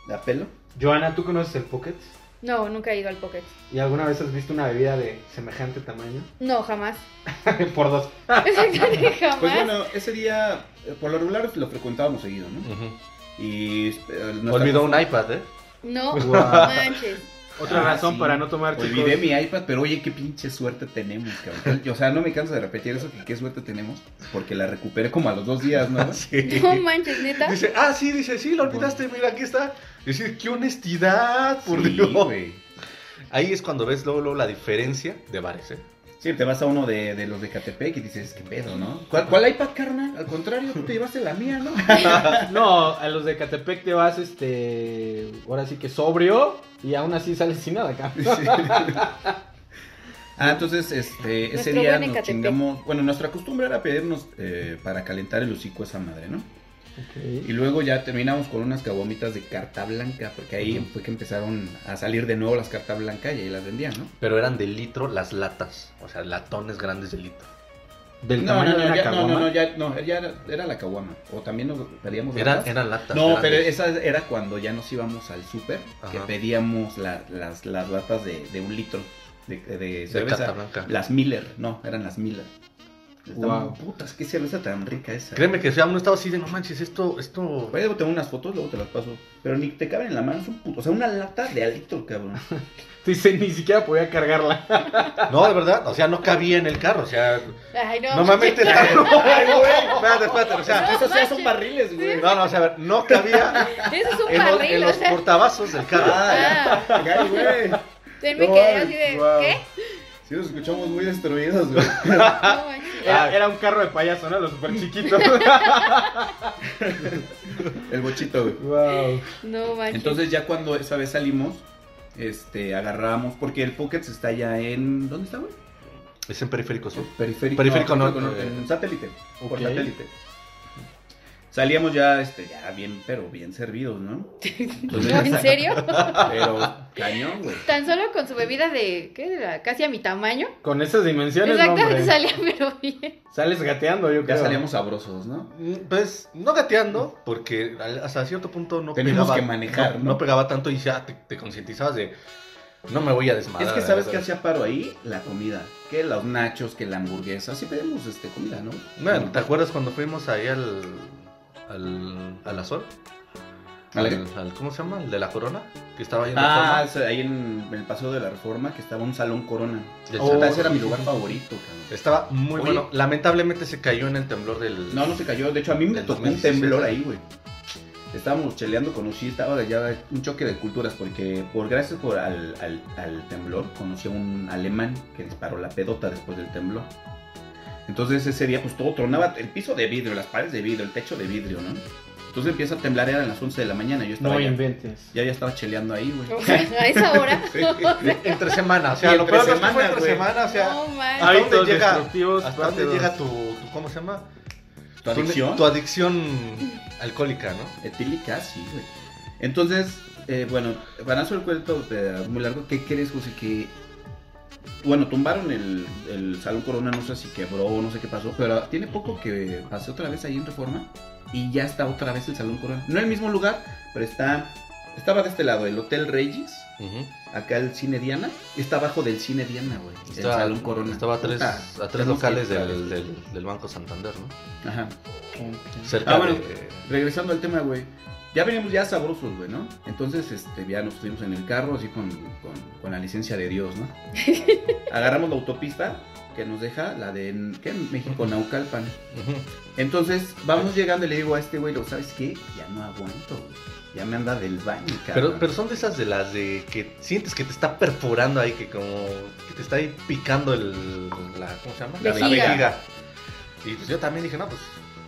Speaker 1: La pelo.
Speaker 3: Joana, ¿tú conoces el Pocket?
Speaker 2: No, nunca he ido al Pocket.
Speaker 3: ¿Y alguna vez has visto una bebida de semejante tamaño?
Speaker 2: No, jamás.
Speaker 3: Por dos.
Speaker 2: Exactamente, jamás.
Speaker 1: Pues bueno, ese día, eh, por lo regular lo frecuentábamos seguido, ¿no?
Speaker 4: Ujú.
Speaker 1: Y eh, nuestra-
Speaker 4: Olvidó un iPad, ¿eh?
Speaker 2: No,
Speaker 3: Wow.
Speaker 2: no manches.
Speaker 3: Otra
Speaker 1: Ah,
Speaker 3: razón
Speaker 1: sí.
Speaker 3: para no tomar, chicos.
Speaker 1: Olvidé mi iPad, pero oye, qué pinche suerte tenemos, cabrón. O sea, no me canso de repetir eso, que qué suerte tenemos, porque la recuperé como a los dos días, ¿no?
Speaker 4: Sí.
Speaker 2: No manches, neta.
Speaker 4: Dice, ah, sí, dice, sí, lo olvidaste, mira, aquí está. Dice, qué honestidad, por
Speaker 1: Sí,
Speaker 4: Dios.
Speaker 1: güey.
Speaker 4: Ahí es cuando ves luego, luego la diferencia de bares, ¿eh?
Speaker 1: Sí, te vas a uno de, de los de Catepec y dices, qué pedo, ¿no? ¿Cuál, cuál iPad, carnal? Al contrario, tú te llevaste la mía, ¿no?
Speaker 3: No, a los de Catepec te vas, este. Ahora sí que sobrio. Y aún así sales sin nada acá.
Speaker 1: Sí. Ah, entonces, este, ese
Speaker 2: Nuestro
Speaker 1: día
Speaker 2: buen
Speaker 1: nos
Speaker 2: Ecatepec.
Speaker 1: chingamos. Bueno, nuestra costumbre era pedirnos eh, para calentar el hocico esa madre, ¿no? Y luego ya terminamos con unas caguamitas de carta blanca, porque ahí fue que empezaron a salir de nuevo las cartas blancas y ahí las vendían, ¿no?
Speaker 4: Pero eran de litro las latas, o sea, latones grandes de litro.
Speaker 3: Del
Speaker 1: No,
Speaker 3: tamaño
Speaker 1: no,
Speaker 3: de
Speaker 1: no,
Speaker 3: una
Speaker 1: ya, no, no,
Speaker 3: caguama.
Speaker 1: no, ya, no, ya era, era la caguama. O también nos pedíamos
Speaker 4: Eran,
Speaker 1: latas.
Speaker 4: eran latas.
Speaker 1: No,
Speaker 4: grandes.
Speaker 1: pero esa era cuando ya nos íbamos al súper, que
Speaker 4: Ajá.
Speaker 1: pedíamos la- las, las latas de, de un litro de, de
Speaker 4: de
Speaker 1: cerveza.
Speaker 4: carta blanca.
Speaker 1: Las Miller, no, eran las Miller. Estaban-
Speaker 3: Guau.
Speaker 1: Putas, qué cerveza tan rica esa.
Speaker 4: Créeme que o sea, uno estaba así de, no manches, esto, esto...
Speaker 1: Por ahí debo tener unas fotos, luego te las paso. Pero ni te caben en la mano, es un puto. O sea, una lata de alito, cabrón.
Speaker 3: Dice, ni siquiera podía cargarla.
Speaker 4: No, de verdad, o sea, no cabía en el carro, o sea,
Speaker 2: Ay, no.
Speaker 4: normalmente... Ay, güey, espérate, espérate, o sea...
Speaker 1: Esos ya son
Speaker 2: manches.
Speaker 1: barriles, güey.
Speaker 4: No, no, o sea, a ver, no cabía
Speaker 2: Eso es un
Speaker 4: en, los-
Speaker 2: barril,
Speaker 4: en
Speaker 2: o
Speaker 4: los
Speaker 2: sea.
Speaker 4: portavasos del carro.
Speaker 2: Ah,
Speaker 1: Ay, güey.
Speaker 2: yo me
Speaker 1: No,
Speaker 2: quedé así de,
Speaker 1: guau.
Speaker 2: ¿qué?
Speaker 1: Sí, nos escuchamos muy destruidos, güey.
Speaker 2: No manches.
Speaker 3: Era, era un carro de payaso, ¿no? Los super chiquitos.
Speaker 1: El bochito, güey.
Speaker 3: wow.
Speaker 2: No manches.
Speaker 1: Entonces, ya cuando esa vez salimos, este, agarramos. Porque el Pocket está ya en. ¿Dónde está, güey?
Speaker 4: Es en Periférico Sur.
Speaker 1: Periférico.
Speaker 4: Periférico no, eh.
Speaker 1: En satélite. Por
Speaker 3: Ok.
Speaker 1: satélite. Salíamos ya, este, ya bien, pero bien servidos, ¿no? Entonces,
Speaker 2: No, ¿En serio?
Speaker 1: Pero cañón, güey.
Speaker 2: Tan solo con su bebida de, ¿qué? Era? Casi a mi tamaño.
Speaker 3: Con esas dimensiones, no,
Speaker 2: Exactamente,
Speaker 3: hombre.
Speaker 2: salía pero bien.
Speaker 3: Sales gateando, yo creo.
Speaker 1: Ya salíamos sabrosos, ¿no?
Speaker 4: Mm, Pues no gateando, porque al- hasta cierto punto no
Speaker 1: Tenemos
Speaker 4: pegaba.
Speaker 1: que manejar, ¿no?
Speaker 4: no pegaba tanto y ya te, te concientizabas de. No me voy a desmadrar.
Speaker 1: Es que sabes que
Speaker 4: ¿verdad?
Speaker 1: hacía paro ahí la comida, que los nachos, que la hamburguesa, sí pedimos este comida, ¿no?
Speaker 4: Bueno, ¿te acuerdas cuando fuimos ahí al. al. al Azul?
Speaker 1: ¿Al qué?
Speaker 4: Al, al- ¿Cómo se llama? ¿El de la corona? Que estaba ahí en
Speaker 1: Ah,
Speaker 4: la
Speaker 1: es ahí en el paseo de la Reforma que estaba un salón Corona.
Speaker 4: Del
Speaker 1: Oh,
Speaker 4: salón.
Speaker 1: ese era mi lugar favorito, cabrón.
Speaker 4: Estaba muy
Speaker 1: Oye.
Speaker 4: bueno. Lamentablemente se cayó en el temblor del.
Speaker 1: No, no se cayó, de hecho a mí me
Speaker 4: Del
Speaker 1: tocó un
Speaker 4: 2016,
Speaker 1: temblor
Speaker 4: ¿no?
Speaker 1: ahí, güey. Estábamos cheleando conocí, estaba ya un choque de culturas, porque por gracias por al, al- al temblor conocí a un alemán que disparó la pedota después del temblor. Entonces ese día pues todo tronaba, el piso de vidrio, las paredes de vidrio, el techo de vidrio, ¿no? Entonces empieza a temblar, eran las 11 de la mañana, yo estaba
Speaker 3: No
Speaker 1: ya,
Speaker 3: inventes.
Speaker 1: ya, ya estaba cheleando ahí, güey.
Speaker 2: O sea, a esa hora.
Speaker 4: Entre semana, o sea,
Speaker 1: Y
Speaker 4: lo
Speaker 1: entre
Speaker 4: peor es que
Speaker 1: semana,
Speaker 4: fue entre
Speaker 1: güey.
Speaker 4: semana, o sea.
Speaker 2: No manches.
Speaker 4: Ay,
Speaker 3: Hábitos
Speaker 4: llega-
Speaker 3: destructivos.
Speaker 4: ¿Hasta
Speaker 3: parte
Speaker 4: dónde
Speaker 3: dos.
Speaker 4: llega tu, tu- ¿Cómo se llama?
Speaker 1: ¿Tu adicción?
Speaker 4: Tu, tu adicción alcohólica, ¿no?
Speaker 1: Etílica, sí, güey. Entonces, eh, bueno, para no hacer el cuento eh, muy largo, ¿qué crees, José? Que, bueno, tumbaron el, el Salón Corona, no sé si quebró, no sé qué pasó, pero tiene poco que pasé otra vez ahí en Reforma y ya está otra vez el Salón Corona. No en el mismo lugar, pero está Estaba de este lado, el Hotel Reyes,
Speaker 4: Ujú.
Speaker 1: acá el Cine Diana. Está abajo del Cine Diana, güey. El
Speaker 4: Estaba-
Speaker 1: Salón Corona.
Speaker 4: Estaba a tres,
Speaker 1: Puta,
Speaker 4: a tres
Speaker 1: tenemos que
Speaker 4: locales
Speaker 1: ir otra
Speaker 4: del,
Speaker 1: vez.
Speaker 4: del- del Banco Santander, ¿no?
Speaker 1: Ajá.
Speaker 4: Cerca
Speaker 1: Ah, bueno.
Speaker 4: de-
Speaker 1: Regresando al tema, güey. Ya veníamos ya sabrosos, güey, ¿no? Entonces, este, ya nos fuimos en el carro, así con, con- con la licencia de Dios, ¿no? Agarramos la autopista que nos deja, la de ¿qué? México Naucalpan.
Speaker 4: Ujú.
Speaker 1: Entonces, vamos llegando y le digo a este güey, lo sabes qué? Ya no aguanto, güey. Ya me anda del baño,
Speaker 4: Pero,
Speaker 1: cabrón.
Speaker 4: pero son de esas de las de que sientes que te está perforando ahí, que como que te está ahí picando el, la, ¿cómo se llama?
Speaker 2: Vejiga.
Speaker 4: La Y pues yo también dije, no, pues,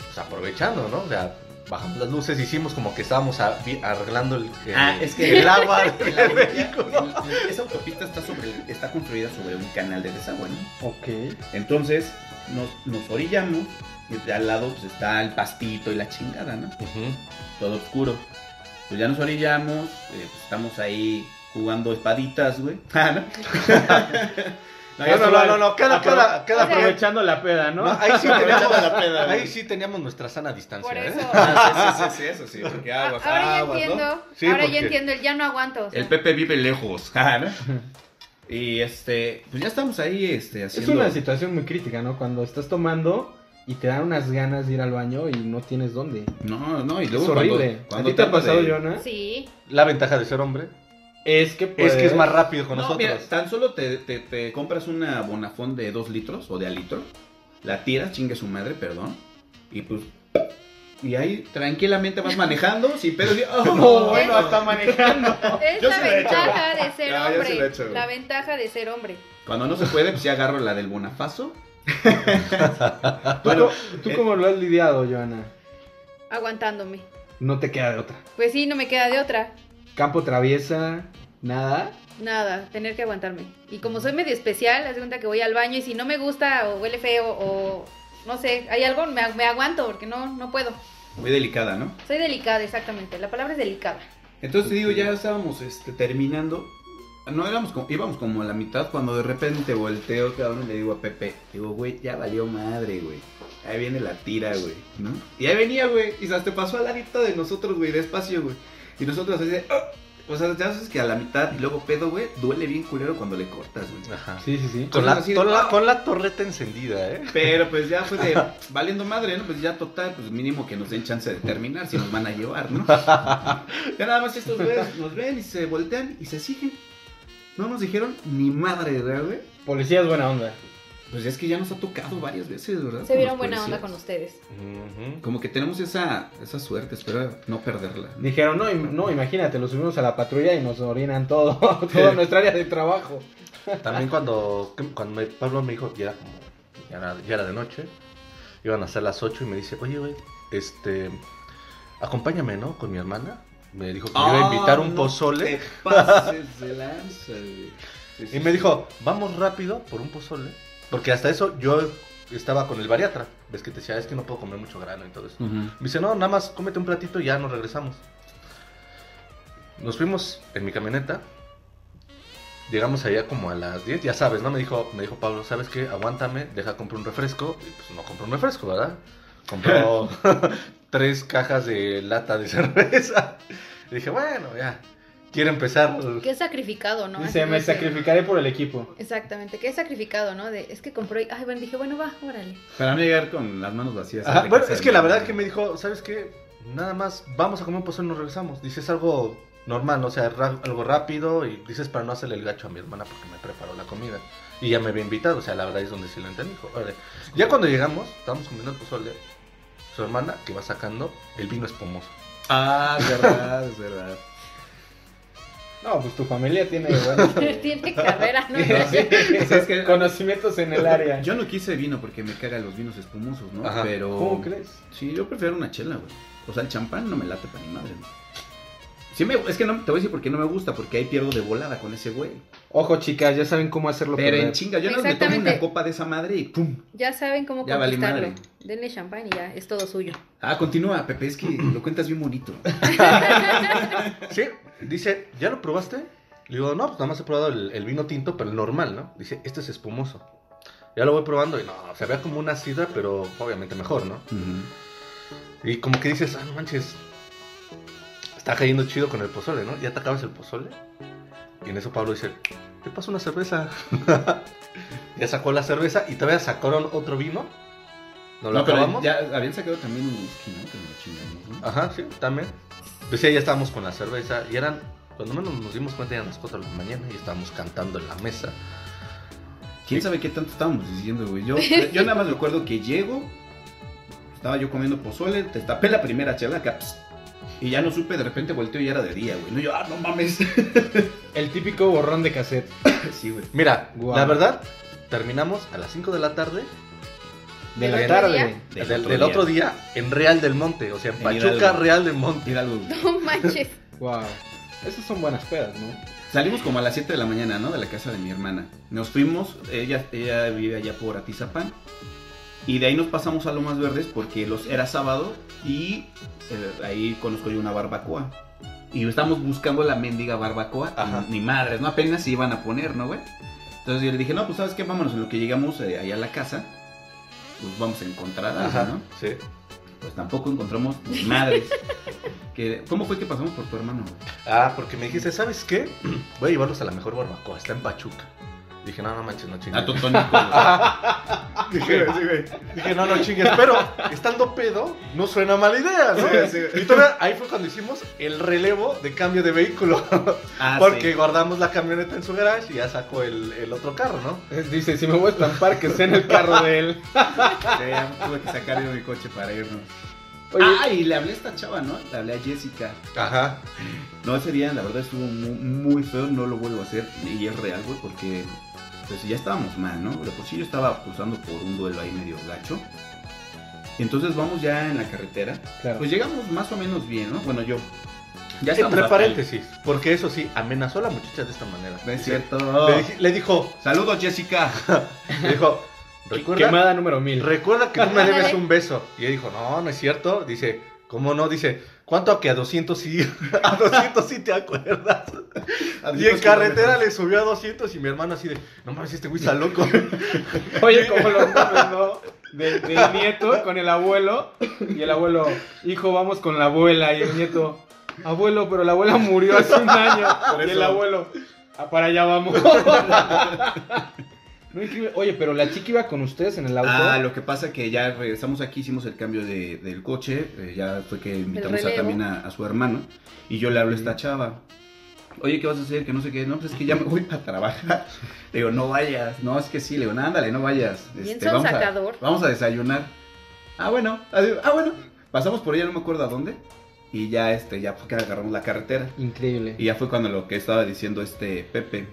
Speaker 4: pues aprovechando, ¿no? O sea, bajamos las luces, hicimos como que estábamos a- vi- arreglando el, el-
Speaker 1: Ah, es que-
Speaker 4: el agua
Speaker 1: La
Speaker 4: del vehículo.
Speaker 1: autopista- el- el- esa autopista está, sobre, está construida sobre un canal de desagüe, ¿no?
Speaker 3: Ok.
Speaker 1: Entonces, nos, nos orillamos y de al lado pues, está el pastito y la chingada, ¿no?
Speaker 4: Ujú.
Speaker 1: todo oscuro. Pues ya nos orillamos, eh, pues estamos ahí jugando espaditas, güey. Ah, ¿no?
Speaker 4: No, no, no, no, no, cada,
Speaker 3: Apro-
Speaker 4: cada, cada-
Speaker 3: Aprovechando la peda, ¿no?
Speaker 4: No, ahí, sí teníamos,
Speaker 1: la peda, güey.
Speaker 4: ahí sí teníamos nuestra sana distancia,
Speaker 2: Por
Speaker 4: ¿eh?
Speaker 2: eso.
Speaker 1: Ah, sí, sí, sí, sí, eso sí, porque
Speaker 2: A-
Speaker 1: aguas,
Speaker 2: ahora ya
Speaker 1: aguas, ¿no?
Speaker 2: entiendo.
Speaker 4: Sí,
Speaker 2: ahora ya
Speaker 4: porque-
Speaker 2: entiendo. El ya no aguanto. o sea.
Speaker 1: El Pepe vive lejos. Ah, ¿no? Y este, pues ya estamos ahí este,
Speaker 3: Es
Speaker 1: haciendo...
Speaker 3: una situación muy crítica, ¿no? Cuando estás tomando y te dan unas ganas de ir al baño y no tienes dónde.
Speaker 1: No, no, y
Speaker 3: Es
Speaker 1: luego cuando-
Speaker 3: horrible.
Speaker 1: Cuando,
Speaker 3: ¿A ti te ha
Speaker 1: trata
Speaker 3: pasado,
Speaker 1: de-
Speaker 3: Joana?
Speaker 2: Sí.
Speaker 4: La ventaja de ser hombre
Speaker 3: Es que
Speaker 4: es
Speaker 1: Pues,
Speaker 4: que es
Speaker 3: puedes-
Speaker 4: más rápido con
Speaker 1: No,
Speaker 4: nosotros.
Speaker 1: mira, tan solo te, te- te compras una bonafón de 2 litros o de alitro, la tiras, chingue su madre, perdón, y pues... Y ahí tranquilamente vas manejando sin pedo. y-
Speaker 3: No,
Speaker 1: ¡Oh,
Speaker 3: bueno,
Speaker 1: no!
Speaker 4: Ah,
Speaker 3: hasta manejando.
Speaker 2: Es
Speaker 1: Yo
Speaker 2: la
Speaker 1: sí lo he hecho,
Speaker 2: ventaja de ser
Speaker 1: Ya, yo sí lo he
Speaker 2: hombre.
Speaker 1: hecho, güey.
Speaker 2: la ventaja de ser hombre.
Speaker 1: Cuando no se puede, pues ya agarro la del Bonafaso.
Speaker 3: ¿Tú,
Speaker 1: Bueno,
Speaker 3: co- ¿tú
Speaker 1: eh.
Speaker 3: cómo lo has lidiado, Joana?
Speaker 2: Aguantándome.
Speaker 3: No te queda de otra.
Speaker 2: Pues sí, no me queda de otra.
Speaker 3: Campo traviesa, nada.
Speaker 2: Nada, tener que aguantarme. Y como soy medio especial, haz de cuenta que voy al baño y si no me gusta o huele feo o no sé, hay algo, me, me aguanto porque no, no puedo.
Speaker 1: Muy delicada, ¿no?
Speaker 2: Soy delicada, exactamente. La palabra es delicada.
Speaker 1: Entonces digo, ya estábamos este, terminando. No éramos como, íbamos como a la mitad cuando de repente volteo, cabrón, y le digo a Pepe, digo, güey, ya valió madre, güey. Ahí viene la tira, güey, ¿no? Y ahí venía, güey, y hasta pasó al ladito de nosotros, güey, despacio, güey. Y nosotros así de, "Ah". o sea, ya sabes que a la mitad y luego pedo, güey, duele bien culero cuando le cortas, güey.
Speaker 4: Ajá.
Speaker 3: Sí, sí, sí.
Speaker 4: Con la,
Speaker 1: Así de-
Speaker 4: con, la, con la torreta encendida, ¿eh?
Speaker 1: Pero pues ya fue de valiendo madre, ¿no? Pues ya total, pues mínimo que nos den chance de terminar si nos van a llevar, ¿no? Ya nada más estos güeyes nos ven y se voltean y se siguen. No nos dijeron ni madre, ¿verdad, güey?
Speaker 3: Policía es buena onda.
Speaker 1: Pues es que ya nos ha tocado varias veces, ¿verdad?
Speaker 2: Se
Speaker 1: Con
Speaker 2: vieron
Speaker 1: los
Speaker 2: buena onda
Speaker 1: policías.
Speaker 2: con ustedes.
Speaker 1: Como que tenemos esa, esa suerte, espero no perderla. ¿no?
Speaker 3: Dijeron, no, im- no, imagínate, lo subimos a la patrulla y nos orinan todo, toda nuestra área de trabajo.
Speaker 4: También cuando, cuando me- Pablo me dijo, ya, como- ya, era, ya era de noche, iban a ser las 8 y me dice, oye, güey, este, acompáñame, ¿no? Con mi hermana. Me dijo que me iba a invitar un
Speaker 1: Ah, no
Speaker 4: pozole.
Speaker 1: te pases de lanza, güey. Sí, sí,
Speaker 4: Y me
Speaker 1: sí.
Speaker 4: dijo, vamos rápido por un pozole. Porque hasta eso yo estaba con el bariatra. Ves que te decía, es que no puedo comer mucho grano y todo eso.
Speaker 1: Ujú.
Speaker 4: Me dice, no, nada más cómete un platito y ya nos regresamos. Nos fuimos en mi camioneta. Llegamos allá como a las 10, ya sabes, ¿no? Me dijo, me dijo Pablo, ¿sabes qué? Aguántame, deja comprar un refresco. Y pues no compró un refresco, ¿verdad? Compró tres cajas de lata de cerveza. Y dije, bueno, ya. Quiere
Speaker 1: Ah,
Speaker 4: empezar.
Speaker 1: pues
Speaker 2: Qué sacrificado, ¿no?
Speaker 3: Dice,
Speaker 2: Así
Speaker 3: me
Speaker 2: de que-
Speaker 3: sacrificaré por el equipo.
Speaker 2: Exactamente, qué sacrificado, ¿no? De, es que compró y, ay, bueno, dije, bueno, va, órale.
Speaker 1: Para no llegar con las manos vacías.
Speaker 4: Ajá,
Speaker 1: a
Speaker 4: bueno,
Speaker 1: casa
Speaker 4: es
Speaker 1: de
Speaker 4: que la
Speaker 1: mi
Speaker 4: verdad
Speaker 1: mamá.
Speaker 4: que me dijo, ¿sabes qué? Nada más, vamos a comer un pozole y nos regresamos. Dices algo normal, o sea, ra- algo rápido y dices para no hacerle el gacho a mi hermana porque me preparó la comida. Y ya me había invitado, o sea, la verdad es donde sí lo entendí. dijo, "Órale". Ya cuando llegamos, estábamos comiendo el pozole, su hermana que va sacando el vino espumoso.
Speaker 1: Ah, es verdad, es verdad.
Speaker 3: No, pues tu familia tiene buenos-
Speaker 2: Tiene carrera, ¿no?
Speaker 1: ¿Sabes qué?
Speaker 3: conocimientos en el área.
Speaker 1: Yo no quise vino porque me cagan los vinos espumosos, ¿no?
Speaker 4: Ajá.
Speaker 1: Pero.
Speaker 3: ¿Cómo crees?
Speaker 1: Sí, yo prefiero una chela, güey. O sea, el champán no me late para mi madre, güey. Sí me, es que no, te voy a decir por qué no me gusta, porque ahí pierdo de volada con ese güey.
Speaker 3: Ojo, chicas, ya saben cómo hacerlo
Speaker 1: Pero en
Speaker 3: perder.
Speaker 1: chinga, yo no me tomo
Speaker 2: Exactamente.
Speaker 1: una copa de esa madre y pum.
Speaker 2: Ya saben cómo
Speaker 1: Ya valí
Speaker 2: conquistarlo.
Speaker 1: madre.
Speaker 2: Denle champán y ya, es todo suyo.
Speaker 1: Ah, continúa, Pepe, es que lo cuentas bien bonito.
Speaker 4: Sí, dice, ¿ya lo probaste? Le digo, no, pues nada más he probado el, el vino tinto, pero el normal, ¿no? Dice, este es espumoso. Ya lo voy probando y no, se vea como una sidra, pero obviamente mejor, ¿no?
Speaker 1: Ujú.
Speaker 4: Y como que dices, ah, no manches. está cayendo chido con el pozole, ¿no? Ya te acabas el pozole. Y en eso Pablo dice, te paso una cerveza. ya sacó la cerveza y todavía sacaron otro vino. ¿No lo
Speaker 1: No, pero
Speaker 4: acabamos?
Speaker 1: ya habían sacado también un whisky, ¿no? Que nos chingamos, ¿no?
Speaker 4: Ajá, sí, también. Pues sí, ya estábamos con la cerveza y eran, cuando menos nos dimos cuenta, eran las 4 de la mañana y estábamos cantando en la mesa.
Speaker 1: ¿Quién sabe qué tanto estábamos diciendo, güey? Yo, yo nada más recuerdo que llego, estaba yo comiendo pozole, te tapé la primera chela acá, pss, y ya no supe, de repente volteo y era de día, güey. No, yo, ah, no mames.
Speaker 3: El típico borrón de cassette.
Speaker 1: sí, güey.
Speaker 4: Mira,
Speaker 3: Guau.
Speaker 4: la verdad, terminamos a las 5 de la tarde
Speaker 3: De
Speaker 2: ¿Del
Speaker 3: la
Speaker 2: otro
Speaker 3: tarde.
Speaker 2: día?
Speaker 4: del, del otro, día en Real del Monte, o sea, en
Speaker 1: En
Speaker 4: Pachuca,
Speaker 1: Hidalgo.
Speaker 4: Real del Monte.
Speaker 1: Hidalgo, güey.
Speaker 2: No manches.
Speaker 3: Wow. Esas son buenas pedas, ¿no?
Speaker 1: Salimos como a las 7 de la mañana, ¿no? De la casa de mi hermana. Nos fuimos, ella, ella vive allá por Atizapán. Y de ahí nos pasamos a Lomas Verdes porque los, era sábado y eh, ahí conozco yo una barbacoa. Y estamos buscando la mendiga barbacoa. y
Speaker 4: Ajá.
Speaker 1: Ni madres, ¿no? Apenas se iban a poner, ¿no, güey? Entonces yo le dije, no, pues sabes qué, vámonos en lo que llegamos eh, allá a la casa. Pues vamos a encontrar algo,
Speaker 4: Ajá,
Speaker 1: ¿no?
Speaker 4: sí.
Speaker 1: Pues tampoco encontramos ni madres. que, ¿Cómo fue que pasamos por tu hermano? güey?
Speaker 4: Ah, porque me dijiste, ¿sabes qué? Voy a llevarlos a la mejor barbacoa, está en Pachuca. Dije, no, no manches, no chingues.
Speaker 1: A Totónico. güey.
Speaker 4: Dije, dije, no, no chingues, pero estando pedo, no suena mala idea, ¿no? Y todavía ahí fue cuando hicimos el relevo de cambio de vehículo.
Speaker 1: Ah,
Speaker 4: porque
Speaker 1: sí.
Speaker 4: guardamos la camioneta en su garage y ya sacó el, el otro carro, ¿no?
Speaker 3: Dice, si me voy a estampar, que esté en el carro de él.
Speaker 1: Sí, ya tuve que sacar yo mi coche para irnos.
Speaker 3: Oye,
Speaker 1: Ah, y le hablé a esta chava, ¿no? Le hablé a Jessica.
Speaker 4: Ajá.
Speaker 1: No, ese día la verdad estuvo muy, muy feo, no lo vuelvo a hacer. Y es real, güey, porque pues ya estábamos mal, ¿no? De por sí yo estaba pulsando por un duelo ahí medio gacho. Entonces vamos ya en la carretera.
Speaker 3: claro.
Speaker 1: Pues llegamos más o menos bien, ¿no? Bueno, yo. Ya estábamos
Speaker 4: Entre
Speaker 1: hasta
Speaker 4: paréntesis, porque eso sí, amenazó a la muchacha de esta manera.
Speaker 1: el- No es cierto.
Speaker 4: Le, dij- le dijo,
Speaker 1: Saludos, Jessica.
Speaker 4: le dijo, recuerda,
Speaker 3: Quemada número mil.
Speaker 4: recuerda que tú me debes un beso. Y ella dijo, no, no es cierto. Dice, ¿cómo no? Dice, ¿cuánto a que a 200 sí? A 200 sí te acuerdas. Y en carretera le subió a 200 y mi hermano así de, no mames, este güey está loco.
Speaker 3: Oye, como lo mames, ¿no? De- del nieto con el abuelo. Y el abuelo, hijo, vamos con la abuela. Y el nieto, abuelo, pero la abuela murió hace un año. Y el abuelo, "Ah, para allá vamos. No, increíble. Oye, pero la chica iba con ustedes en el auto.
Speaker 1: Ah, lo que pasa que ya regresamos aquí, hicimos el cambio de- del coche, eh, ya fue que invitamos a,
Speaker 2: relevo.
Speaker 1: también a, a su hermano y yo le hablo a esta chava. Oye, ¿qué vas a hacer? Que no sé qué. No, pues es que ya me voy para trabajar. Le digo, no vayas. No, es que sí. Le digo, "No, ándale, no vayas. Este,
Speaker 2: Bien
Speaker 1: vamos, a,
Speaker 2: sonsacador.
Speaker 1: vamos a desayunar. Ah, bueno. Adiós. Ah, bueno. Pasamos por ella, no me acuerdo a dónde. Y ya, este, ya fue que agarramos la carretera.
Speaker 3: Increíble.
Speaker 1: Y ya fue cuando lo que estaba diciendo este Pepe,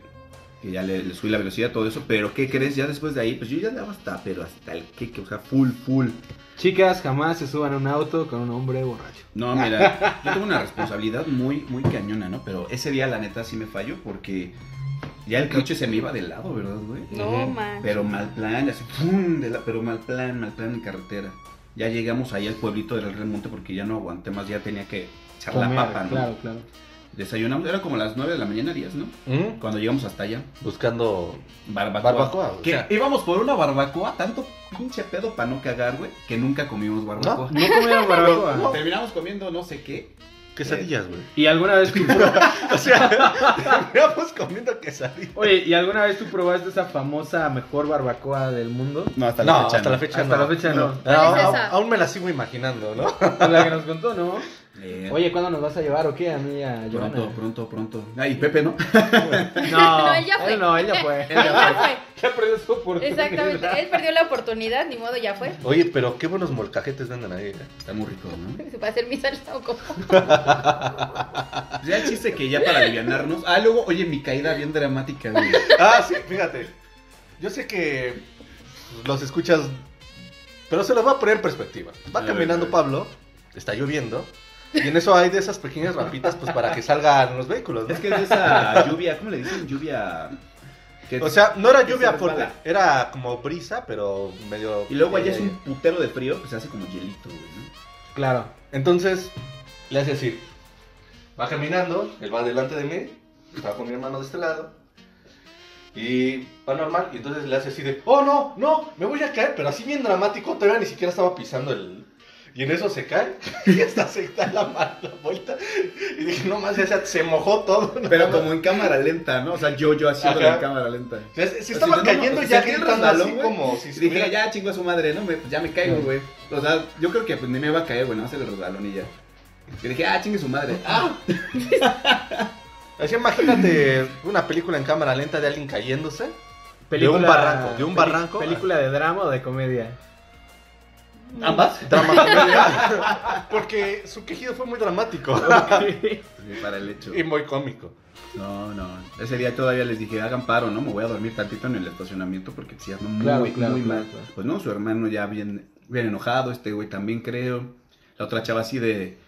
Speaker 1: que ya le, le subí la velocidad, todo eso. Pero ¿qué crees? Ya después de ahí, pues yo ya andaba hasta, pero hasta el que, o sea, full, full.
Speaker 3: Chicas, jamás se suban a un auto con un hombre borracho.
Speaker 1: No, mira, yo tengo una responsabilidad muy, muy cañona, ¿no? Pero ese día, la neta, sí me falló porque ya el coche se me iba de lado, ¿verdad, güey?
Speaker 2: No manches.
Speaker 1: Pero mal plan, así, ¡pum! de la- pero mal plan, mal plan en carretera. Ya llegamos ahí al pueblito del remonte porque ya no aguanté más, ya tenía que echar la
Speaker 3: Comer,
Speaker 1: papa, ¿no?
Speaker 3: Claro, claro.
Speaker 1: Desayunamos, era como las 9 de la mañana, 10, ¿no?
Speaker 4: Mm,
Speaker 1: Cuando llegamos hasta allá.
Speaker 4: Buscando
Speaker 1: Barbacoa.
Speaker 4: barbacoa. o
Speaker 1: Que
Speaker 4: sea,
Speaker 1: íbamos por una barbacoa, tanto pinche pedo para no cagar, güey, que nunca comimos barbacoa.
Speaker 3: No comieron barbacoa.
Speaker 1: No, Terminamos comiendo no sé qué.
Speaker 4: quesadillas, güey.
Speaker 3: ¿Y alguna vez tú probaste,
Speaker 4: O sea, veamos comiendo quesadillas.
Speaker 3: oye, ¿y alguna vez tú probaste esa famosa mejor barbacoa del mundo?
Speaker 1: No, hasta
Speaker 4: No, hasta la fecha
Speaker 3: Hasta
Speaker 4: no.
Speaker 3: la fecha no.
Speaker 4: No,
Speaker 2: ¿Cuál es
Speaker 4: aún-
Speaker 2: esa?
Speaker 4: Ah, aún me la sigo imaginando, ¿no?
Speaker 3: Con la que nos contó, ¿no?
Speaker 1: Eh,
Speaker 3: Oye, ¿cuándo nos vas a llevar o qué? A mí, a Joana.
Speaker 4: eh.
Speaker 1: pronto, pronto, pronto. Ay, Pepe, ¿no?
Speaker 3: No,
Speaker 2: No, ella fue.
Speaker 3: Él no, ella fue.
Speaker 2: Ya fue.
Speaker 3: Ya perdió su oportunidad.
Speaker 2: Exactamente. Él perdió la oportunidad, ni modo, ya fue.
Speaker 4: Oye, pero qué buenos molcajetes venden ahí. eh.
Speaker 1: Está muy rico, ¿no?
Speaker 2: Va a hacer mi salsa o como.
Speaker 1: Ya el chiste que ya para alivianarnos. Ah, luego, oye, mi caída bien dramática, güey.
Speaker 4: Ah, sí, fíjate. Yo sé que los escuchas, pero se los va a poner en perspectiva.
Speaker 1: A
Speaker 4: Va
Speaker 1: ver,
Speaker 4: caminando
Speaker 1: a ver.
Speaker 4: Pablo, está lloviendo, y en eso hay de esas pequeñas rampitas pues para que salgan los vehículos, ¿no?
Speaker 1: Es que es de esa lluvia, ¿cómo le dicen? Lluvia. que-
Speaker 4: O sea, no era
Speaker 1: que
Speaker 4: lluvia
Speaker 1: se
Speaker 4: fuerte,
Speaker 1: resbala.
Speaker 4: era como brisa, pero medio...
Speaker 1: Y luego allá es
Speaker 4: eh.
Speaker 1: un putero de frío, pues se hace como hielito, güey. ¿no?
Speaker 3: Claro.
Speaker 4: Entonces, le hace así. Va caminando, él va delante de mí, estaba con mi hermano de este lado. Y va normal, y entonces le hace así de, oh no, no, me voy a caer, pero así bien dramático, todavía ni siquiera estaba pisando el, Y en eso se cae. Y hasta se da la, ma- la vuelta. Y dije, no más, ya se, se mojó todo. ¿no?
Speaker 1: Pero como en cámara lenta, ¿no? O sea, yo, yo haciendo
Speaker 4: Ajá.
Speaker 1: en cámara lenta.
Speaker 4: O sea, se
Speaker 1: O sea,
Speaker 4: estaba
Speaker 1: si no, pues,
Speaker 4: cayendo
Speaker 1: no,
Speaker 4: ya
Speaker 1: saqué el
Speaker 4: gritando así
Speaker 1: resbalón, güey,
Speaker 4: como si
Speaker 1: Y
Speaker 4: estuviera-
Speaker 1: dije, ya chingo a su madre, ¿no? Me- pues ya me caigo, güey. O sea, yo creo que pues, ni me va a caer, güey, no hace el resbalón y ya. Y dije, ah, chingue su madre. ¡Ah!
Speaker 4: Así imagínate una película en cámara lenta de alguien cayéndose.
Speaker 3: Película-
Speaker 4: un barranco, de
Speaker 3: peli-
Speaker 4: un barranco.
Speaker 3: ¿Película de drama o de comedia?
Speaker 4: Ambas. Drama. Porque su quejido fue muy dramático.
Speaker 1: Sí, para el hecho.
Speaker 4: Y muy cómico.
Speaker 1: No, no. Ese día todavía les dije, hagan paro, ¿no? Me voy a dormir tantito en el estacionamiento porque pues, sí ando muy,
Speaker 3: Claro,
Speaker 1: muy
Speaker 3: claro, claro,
Speaker 1: mal.
Speaker 3: claro.
Speaker 1: Pues no, su hermano ya bien, bien enojado, este güey también creo. La otra chava así de.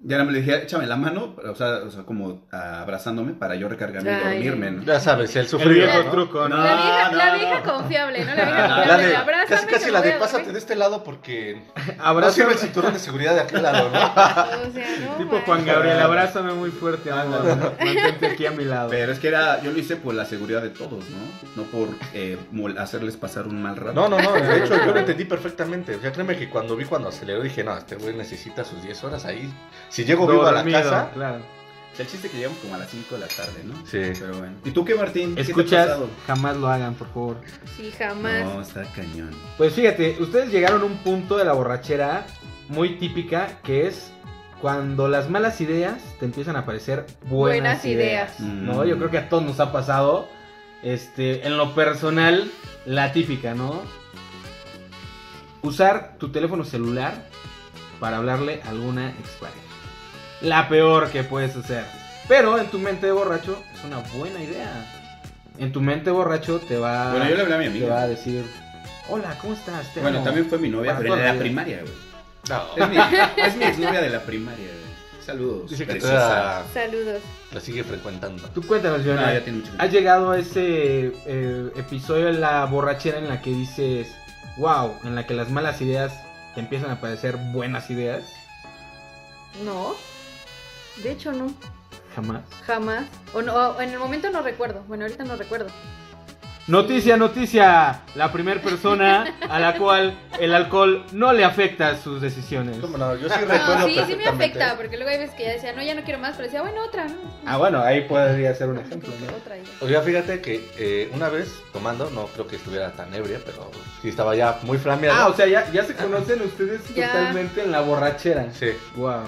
Speaker 1: Ya me le dije, échame la mano, o sea, o sea como ah, abrazándome para yo recargarme y
Speaker 2: Ay.
Speaker 1: dormirme, ¿no?
Speaker 4: Ya sabes, el
Speaker 3: El
Speaker 4: sufrido.
Speaker 3: viejo
Speaker 4: ¿no?
Speaker 3: truco,
Speaker 1: No,
Speaker 3: ¿no?
Speaker 2: la vieja, la
Speaker 1: no,
Speaker 2: vieja
Speaker 1: no.
Speaker 2: confiable, ¿no? La vieja
Speaker 1: La
Speaker 4: La
Speaker 2: confiable.
Speaker 4: de,
Speaker 2: abrázame
Speaker 4: casi
Speaker 2: que
Speaker 4: casi
Speaker 2: me ¿eh?
Speaker 4: la
Speaker 2: voy
Speaker 4: de
Speaker 2: a
Speaker 4: pásate de
Speaker 2: dormir.
Speaker 4: este lado porque no
Speaker 3: Abrázame,
Speaker 4: sirve el cinturón de seguridad de aquel lado, ¿no?
Speaker 2: O sea, no.
Speaker 3: tipo
Speaker 2: man.
Speaker 3: Juan Gabriel, abrázame muy fuerte,
Speaker 4: Ah,
Speaker 3: amor. Mantente aquí a mi lado.
Speaker 1: Pero es que era, yo lo hice por la seguridad de todos, ¿no? No por eh, mol- hacerles pasar un mal rato.
Speaker 4: No, no, no, de hecho yo lo entendí perfectamente. O sea, créeme que cuando vi cuando aceleró dije, no, este güey necesita sus 10 horas ahí. Si llego vivo a la
Speaker 3: Dormido,
Speaker 4: casa,
Speaker 3: Claro.
Speaker 1: El chiste es que llegamos como a las 5 de la tarde, ¿no?
Speaker 4: Sí.
Speaker 1: Pero bueno. ¿Y tú qué, Martín? ¿Qué te ha
Speaker 3: Escuchas,
Speaker 1: pasado?
Speaker 3: jamás lo hagan, por favor.
Speaker 2: Sí, jamás.
Speaker 1: No, está cañón.
Speaker 3: Pues fíjate, ustedes llegaron a un punto de la borrachera muy típica que es cuando las malas ideas te empiezan a parecer buenas,
Speaker 2: Buenas
Speaker 3: ideas.
Speaker 2: ideas.
Speaker 3: ¿No? Yo creo que a todos nos ha pasado. Este, en lo personal, la típica, ¿no? Usar tu teléfono celular para hablarle a alguna expareja. La peor que puedes hacer. Pero en tu mente de borracho es una buena idea. En tu mente de borracho te
Speaker 4: Ah,
Speaker 3: va
Speaker 1: Bueno, yo le hablé a mi
Speaker 3: te va a
Speaker 1: amiga.
Speaker 3: decir, hola, ¿cómo estás? Te
Speaker 1: Bueno,
Speaker 3: amo".
Speaker 1: también fue mi novia,
Speaker 3: Para
Speaker 1: pero
Speaker 3: toda
Speaker 1: de
Speaker 3: la
Speaker 1: la
Speaker 3: vida.
Speaker 1: primaria, güey.
Speaker 4: no.
Speaker 1: Es mi, es mi exnovia de la primaria, güey. Saludos.
Speaker 4: Dice que
Speaker 1: preciosa.
Speaker 4: todavía
Speaker 2: Saludos.
Speaker 4: la sigue frecuentando.
Speaker 3: Tú cuéntanos,
Speaker 1: No,
Speaker 3: Jonah.
Speaker 1: ya tiene mucho
Speaker 4: Ah,
Speaker 3: ¿Has
Speaker 1: tiempo.
Speaker 3: llegado a ese eh, episodio de la borrachera en la que dices, wow, en la que las malas ideas te empiezan a parecer buenas ideas?
Speaker 2: No. De hecho, no.
Speaker 3: Jamás.
Speaker 2: Jamás. O no, o en el momento no recuerdo. Bueno, ahorita no recuerdo.
Speaker 3: Noticia, noticia. La primera persona a la cual el alcohol no le afecta sus decisiones.
Speaker 4: ¿Cómo no? Yo sí recuerdo
Speaker 2: No, sí, sí me
Speaker 4: perfectamente.
Speaker 2: afecta, porque luego hay veces que ya decía, no, ya no quiero más, pero decía, bueno, otra, ¿no?
Speaker 3: Ah, bueno, ahí podría ser un ejemplo, ¿no?
Speaker 2: Otra idea.
Speaker 4: O sea, fíjate que eh, una vez tomando, no creo que estuviera tan ebria, pero sí estaba ya muy flameado.
Speaker 3: Ah, o sea, ya, ya se conocen ustedes
Speaker 2: Ya.
Speaker 3: totalmente en la borrachera.
Speaker 4: Sí.
Speaker 3: Wow.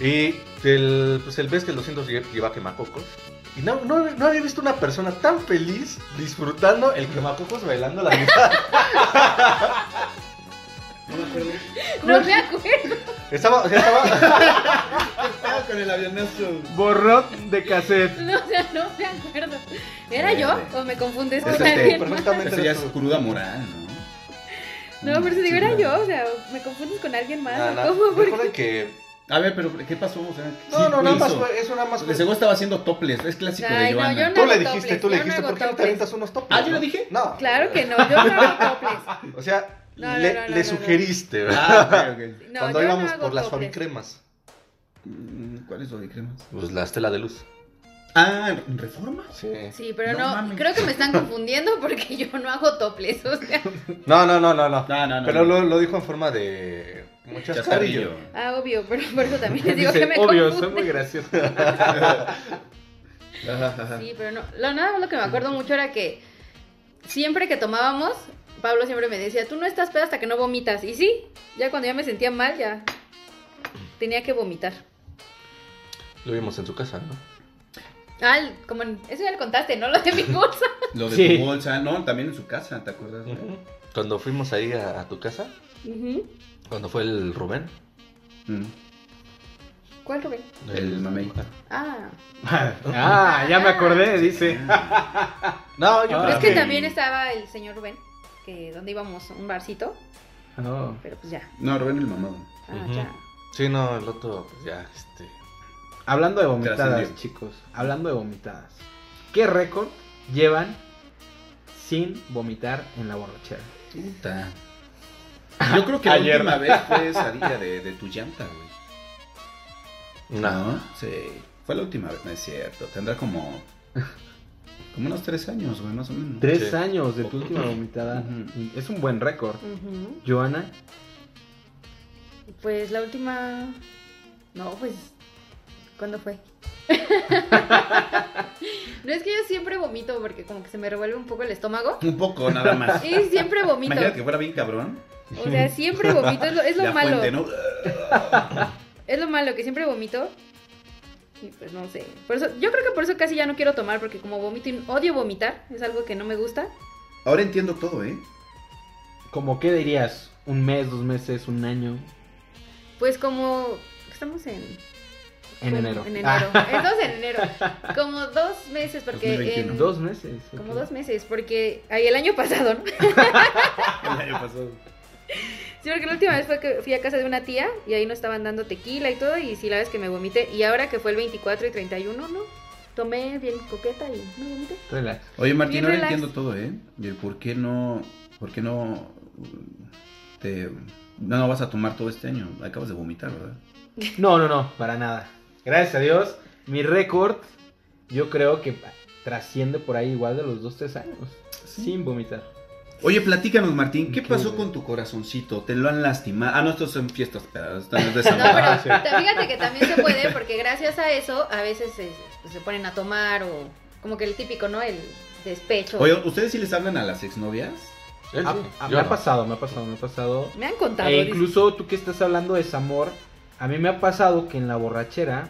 Speaker 4: Y el, pues el ves que el 200 lle- lleva quemacocos. Y no, no, no había visto una persona tan feliz disfrutando el quemacocos bailando la mitad.
Speaker 2: No me acuerdo.
Speaker 4: estaba, o sea, estaba.
Speaker 1: Ah, con el avionazo.
Speaker 3: Borrot de cassette.
Speaker 2: No, o sea, no me acuerdo. ¿Era yo o me confundiste
Speaker 1: Ese
Speaker 2: con
Speaker 1: te-
Speaker 2: alguien más?
Speaker 4: Este, perfectamente.
Speaker 1: Esa ya es cruda moral, ¿no?
Speaker 2: No, pero si digo, era
Speaker 1: Sí,
Speaker 2: yo, o sea, me confundes con alguien más.
Speaker 4: Nada,
Speaker 2: ¿Cómo? ¿Por qué?
Speaker 4: Recuerda que.
Speaker 1: A ver, pero ¿qué pasó? O sea,
Speaker 4: No,
Speaker 1: sí,
Speaker 4: no,
Speaker 1: ¿qué
Speaker 4: nada más
Speaker 1: hizo?
Speaker 4: fue. Eso nada más
Speaker 1: De
Speaker 4: fue.
Speaker 1: seguro estaba haciendo topless, es clásico
Speaker 2: Ay,
Speaker 1: de
Speaker 2: no,
Speaker 1: Joana.
Speaker 2: yo no.
Speaker 4: Tú le
Speaker 2: hago
Speaker 4: dijiste,
Speaker 2: toples,
Speaker 4: tú le
Speaker 2: yo no
Speaker 4: dijiste,
Speaker 2: hago
Speaker 4: ¿por qué no te
Speaker 2: toples".
Speaker 4: avientas unos toples?
Speaker 1: Ah, ¿yo
Speaker 4: no?
Speaker 1: lo dije?
Speaker 4: No.
Speaker 2: Claro que no, yo no hago toples.
Speaker 4: O sea,
Speaker 2: No, no,
Speaker 4: le,
Speaker 2: no, no,
Speaker 4: le
Speaker 2: no, no.
Speaker 4: sugeriste, ¿verdad?
Speaker 1: Ah, ok, ok.
Speaker 2: No,
Speaker 4: Cuando
Speaker 2: yo no
Speaker 4: íbamos
Speaker 2: hago
Speaker 4: por las
Speaker 2: toples.
Speaker 4: favicremas.
Speaker 1: Mm, ¿Cuál es lo de cremas?
Speaker 4: Pues la estela de luz.
Speaker 1: Ah, ¿en ¿reforma?
Speaker 4: Sí.
Speaker 2: Sí, pero
Speaker 1: No
Speaker 2: no,
Speaker 1: mames.
Speaker 2: creo que me están confundiendo porque yo no hago toples, o sea,
Speaker 4: No, no, no, no, no.
Speaker 1: No, no, no.
Speaker 4: Pero
Speaker 1: no.
Speaker 4: lo, lo dijo en forma de. Como chascarrillo.
Speaker 1: Chascarrillo.
Speaker 2: ah, obvio, pero por eso también les digo
Speaker 3: Dice,
Speaker 2: que me
Speaker 3: Obvio, soy muy
Speaker 2: confunden.
Speaker 3: gracioso.
Speaker 1: Ajá, ajá.
Speaker 2: Sí, pero no, lo nada más lo que me acuerdo mucho era que siempre que tomábamos, Pablo siempre me decía, tú no estás peda hasta que no vomitas, y sí, ya cuando ya me sentía mal, ya tenía que vomitar.
Speaker 4: Lo vimos en su casa, ¿no?
Speaker 2: Ah, el- como en- eso ya lo contaste, ¿no? Lo de mi bolsa.
Speaker 1: Lo de
Speaker 3: Sí.
Speaker 1: tu bolsa, no, también en su casa, ¿te acuerdas?
Speaker 4: Cuando fuimos ahí a, a tu casa,
Speaker 2: Ujú.
Speaker 4: cuando fue el Rubén.
Speaker 1: Mm.
Speaker 2: ¿Cuál, Rubén?
Speaker 1: El mamey.
Speaker 2: Ah,
Speaker 3: Ah, ya me acordé, dice.
Speaker 4: No, yo
Speaker 2: pero
Speaker 3: Ah,
Speaker 4: creo
Speaker 2: es que
Speaker 4: que-
Speaker 2: también estaba el señor Rubén, que donde íbamos, un barcito,
Speaker 3: No.
Speaker 2: pero pues ya,
Speaker 1: No, Rubén el mamado.
Speaker 2: ah,
Speaker 4: Ujú.
Speaker 2: ya.
Speaker 4: Sí, no, el otro, pues ya, este.
Speaker 3: Hablando de vomitadas,
Speaker 1: Trascendió.
Speaker 3: chicos. Hablando de vomitadas. ¿Qué récord llevan sin vomitar en la borrachera?
Speaker 1: Puta. Yo creo que la
Speaker 3: Ayer.
Speaker 1: última vez fue esa día de, de tu llanta, güey.
Speaker 4: No.
Speaker 1: Sí. Fue la última vez, no es cierto. Tendrá como. Como unos tres años, güey, más o menos.
Speaker 3: Tres
Speaker 4: Sí.
Speaker 3: años de tu última vomitada.
Speaker 1: Ujú.
Speaker 3: Es un buen récord.
Speaker 2: Ujú.
Speaker 3: Joana.
Speaker 2: Pues la última. No, pues. ¿Cuándo fue? no es que yo siempre vomito porque como que se me revuelve un poco el estómago.
Speaker 1: Un poco, nada más.
Speaker 2: Y siempre vomito.
Speaker 1: Imagínate que fuera bien cabrón.
Speaker 2: O sea, siempre vomito. Es lo, es lo
Speaker 1: la
Speaker 2: malo.
Speaker 1: fuente, ¿no?
Speaker 2: Es lo malo, que siempre vomito. Y pues no sé. Por eso, yo creo que por eso casi ya no quiero tomar, porque como vomito y odio vomitar, es algo que no me gusta.
Speaker 1: Ahora entiendo todo, ¿eh?
Speaker 3: ¿Cómo qué dirías? ¿Un mes, dos meses, un año?
Speaker 2: Pues como estamos en.
Speaker 3: En
Speaker 2: como-
Speaker 3: enero.
Speaker 2: En
Speaker 3: Ah,
Speaker 2: enero. Estamos en enero. Como dos meses, porque.
Speaker 1: 2021.
Speaker 2: en-
Speaker 3: dos meses.
Speaker 2: como
Speaker 3: ok.
Speaker 2: dos meses, porque. Ahí el año pasado, ¿no?
Speaker 1: El año pasado.
Speaker 2: Sí, porque la última vez fue que fui a casa de una tía y ahí no estaban dando tequila y todo, y sí, la vez que me vomité. Y ahora que fue el 24 y 31, ¿no? Tomé bien coqueta y no vomité.
Speaker 3: Relax.
Speaker 1: Oye, Martín,
Speaker 2: Bien
Speaker 1: ahora
Speaker 2: relax.
Speaker 1: entiendo todo, ¿eh? Del por qué no. ¿Por qué no. mm, Te, no, no vas a tomar todo este año. Acabas de vomitar, ¿verdad?
Speaker 3: No, no, no, para nada. Gracias a Dios, mi récord yo creo que trasciende por ahí igual de los dos, tres años. Sin vomitar.
Speaker 1: Oye, platícanos, Martín, ¿qué
Speaker 3: Ok,
Speaker 1: pasó
Speaker 3: güey.
Speaker 1: con tu corazoncito? ¿Te lo han lastimado? Ah, no, estos son fiestas, pero esto no es de
Speaker 2: No,
Speaker 1: San
Speaker 2: pero
Speaker 3: Ah,
Speaker 1: Juan.
Speaker 2: ta- fíjate que también se puede porque gracias a eso a veces se, pues, se ponen a tomar o como que el típico, ¿no? El despecho.
Speaker 1: Oye, ¿ustedes sí les hablan a las exnovias?
Speaker 4: Él
Speaker 3: Ah,
Speaker 4: sí,
Speaker 3: ah,
Speaker 4: yo
Speaker 3: me ha
Speaker 4: no.
Speaker 3: pasado, me ha pasado, me ha pasado.
Speaker 2: me han contado.
Speaker 3: E
Speaker 2: dice.
Speaker 3: incluso tú que estás hablando de desamor, a mí me ha pasado que en la borrachera,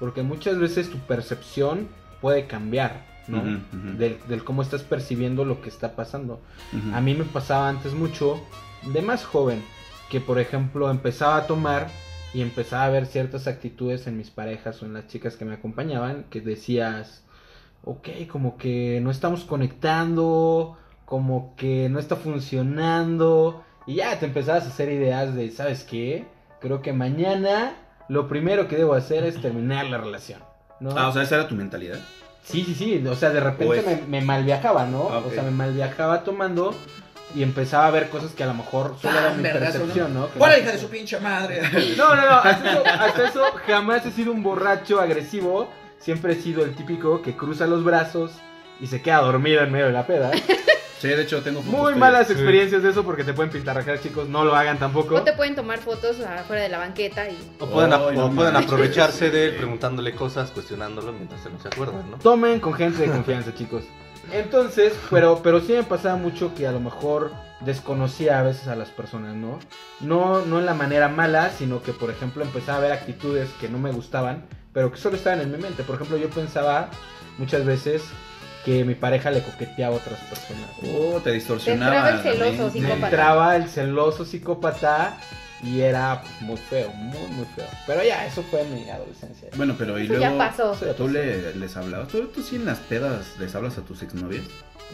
Speaker 3: porque muchas veces tu percepción puede cambiar, ¿no?
Speaker 1: Ujú, ujú.
Speaker 3: del, del cómo estás percibiendo lo que está pasando.
Speaker 1: Ujú.
Speaker 3: A mí me pasaba antes mucho, de más joven, que por ejemplo empezaba a tomar y empezaba a ver ciertas actitudes en mis parejas o en las chicas que me acompañaban que decías, ok, como que no estamos conectando, como que no está funcionando. Y ya te empezabas a hacer ideas de, ¿sabes qué? Creo que mañana lo primero que debo hacer es terminar la relación. ¿no?
Speaker 1: Ah, o sea, esa era tu mentalidad.
Speaker 3: Sí, sí, sí. O sea, de repente
Speaker 1: es-
Speaker 3: me, me malviajaba, ¿no?
Speaker 1: Ah, ok.
Speaker 3: O sea, me malviajaba tomando y empezaba a ver cosas que a lo mejor solo era mi percepción, ¿no? Que no-
Speaker 1: pinche madre?
Speaker 3: No, no, no. Hasta eso, hasta eso jamás he sido un borracho agresivo. Siempre he sido el típico que cruza los brazos y se queda dormido en medio de la peda.
Speaker 1: Pues Sí, de hecho, tengo fotos
Speaker 3: Muy
Speaker 1: tuyas.
Speaker 3: malas
Speaker 4: Sí.
Speaker 3: experiencias de eso porque te pueden pintarrajear, chicos. No lo hagan tampoco.
Speaker 2: O te pueden tomar fotos afuera de la banqueta y
Speaker 4: O pueden, ap-
Speaker 1: Ay, no
Speaker 4: o pueden
Speaker 1: manches.
Speaker 4: aprovecharse de él preguntándole cosas, cuestionándolo mientras se no se acuerdan, ¿no?
Speaker 3: Tomen con gente de confianza, chicos. Entonces, pero, pero sí me pasaba mucho que a lo mejor desconocía a veces a las personas, ¿no? No, no en la manera mala, sino que, por ejemplo, empezaba a ver actitudes que no me gustaban, pero que solo estaban en mi mente. Por ejemplo, yo pensaba muchas veces que mi pareja le coqueteaba a otras personas.
Speaker 1: Oh, te
Speaker 2: Te
Speaker 1: distorsionaba.
Speaker 2: entraba el
Speaker 1: la
Speaker 2: celoso,
Speaker 1: mente.
Speaker 3: Me
Speaker 2: psicópata.
Speaker 3: entraba el celoso psicópata y era muy feo, muy, muy feo. Pero ya, eso fue en mi adolescencia.
Speaker 1: Bueno, pero y
Speaker 2: eso ya
Speaker 1: luego.
Speaker 2: pasó.
Speaker 3: Eso ya
Speaker 1: ¿Tú
Speaker 3: pasó.
Speaker 1: le- les hablabas? ¿Tú, ¿Tú sí en las pedas les hablas a tus exnovias?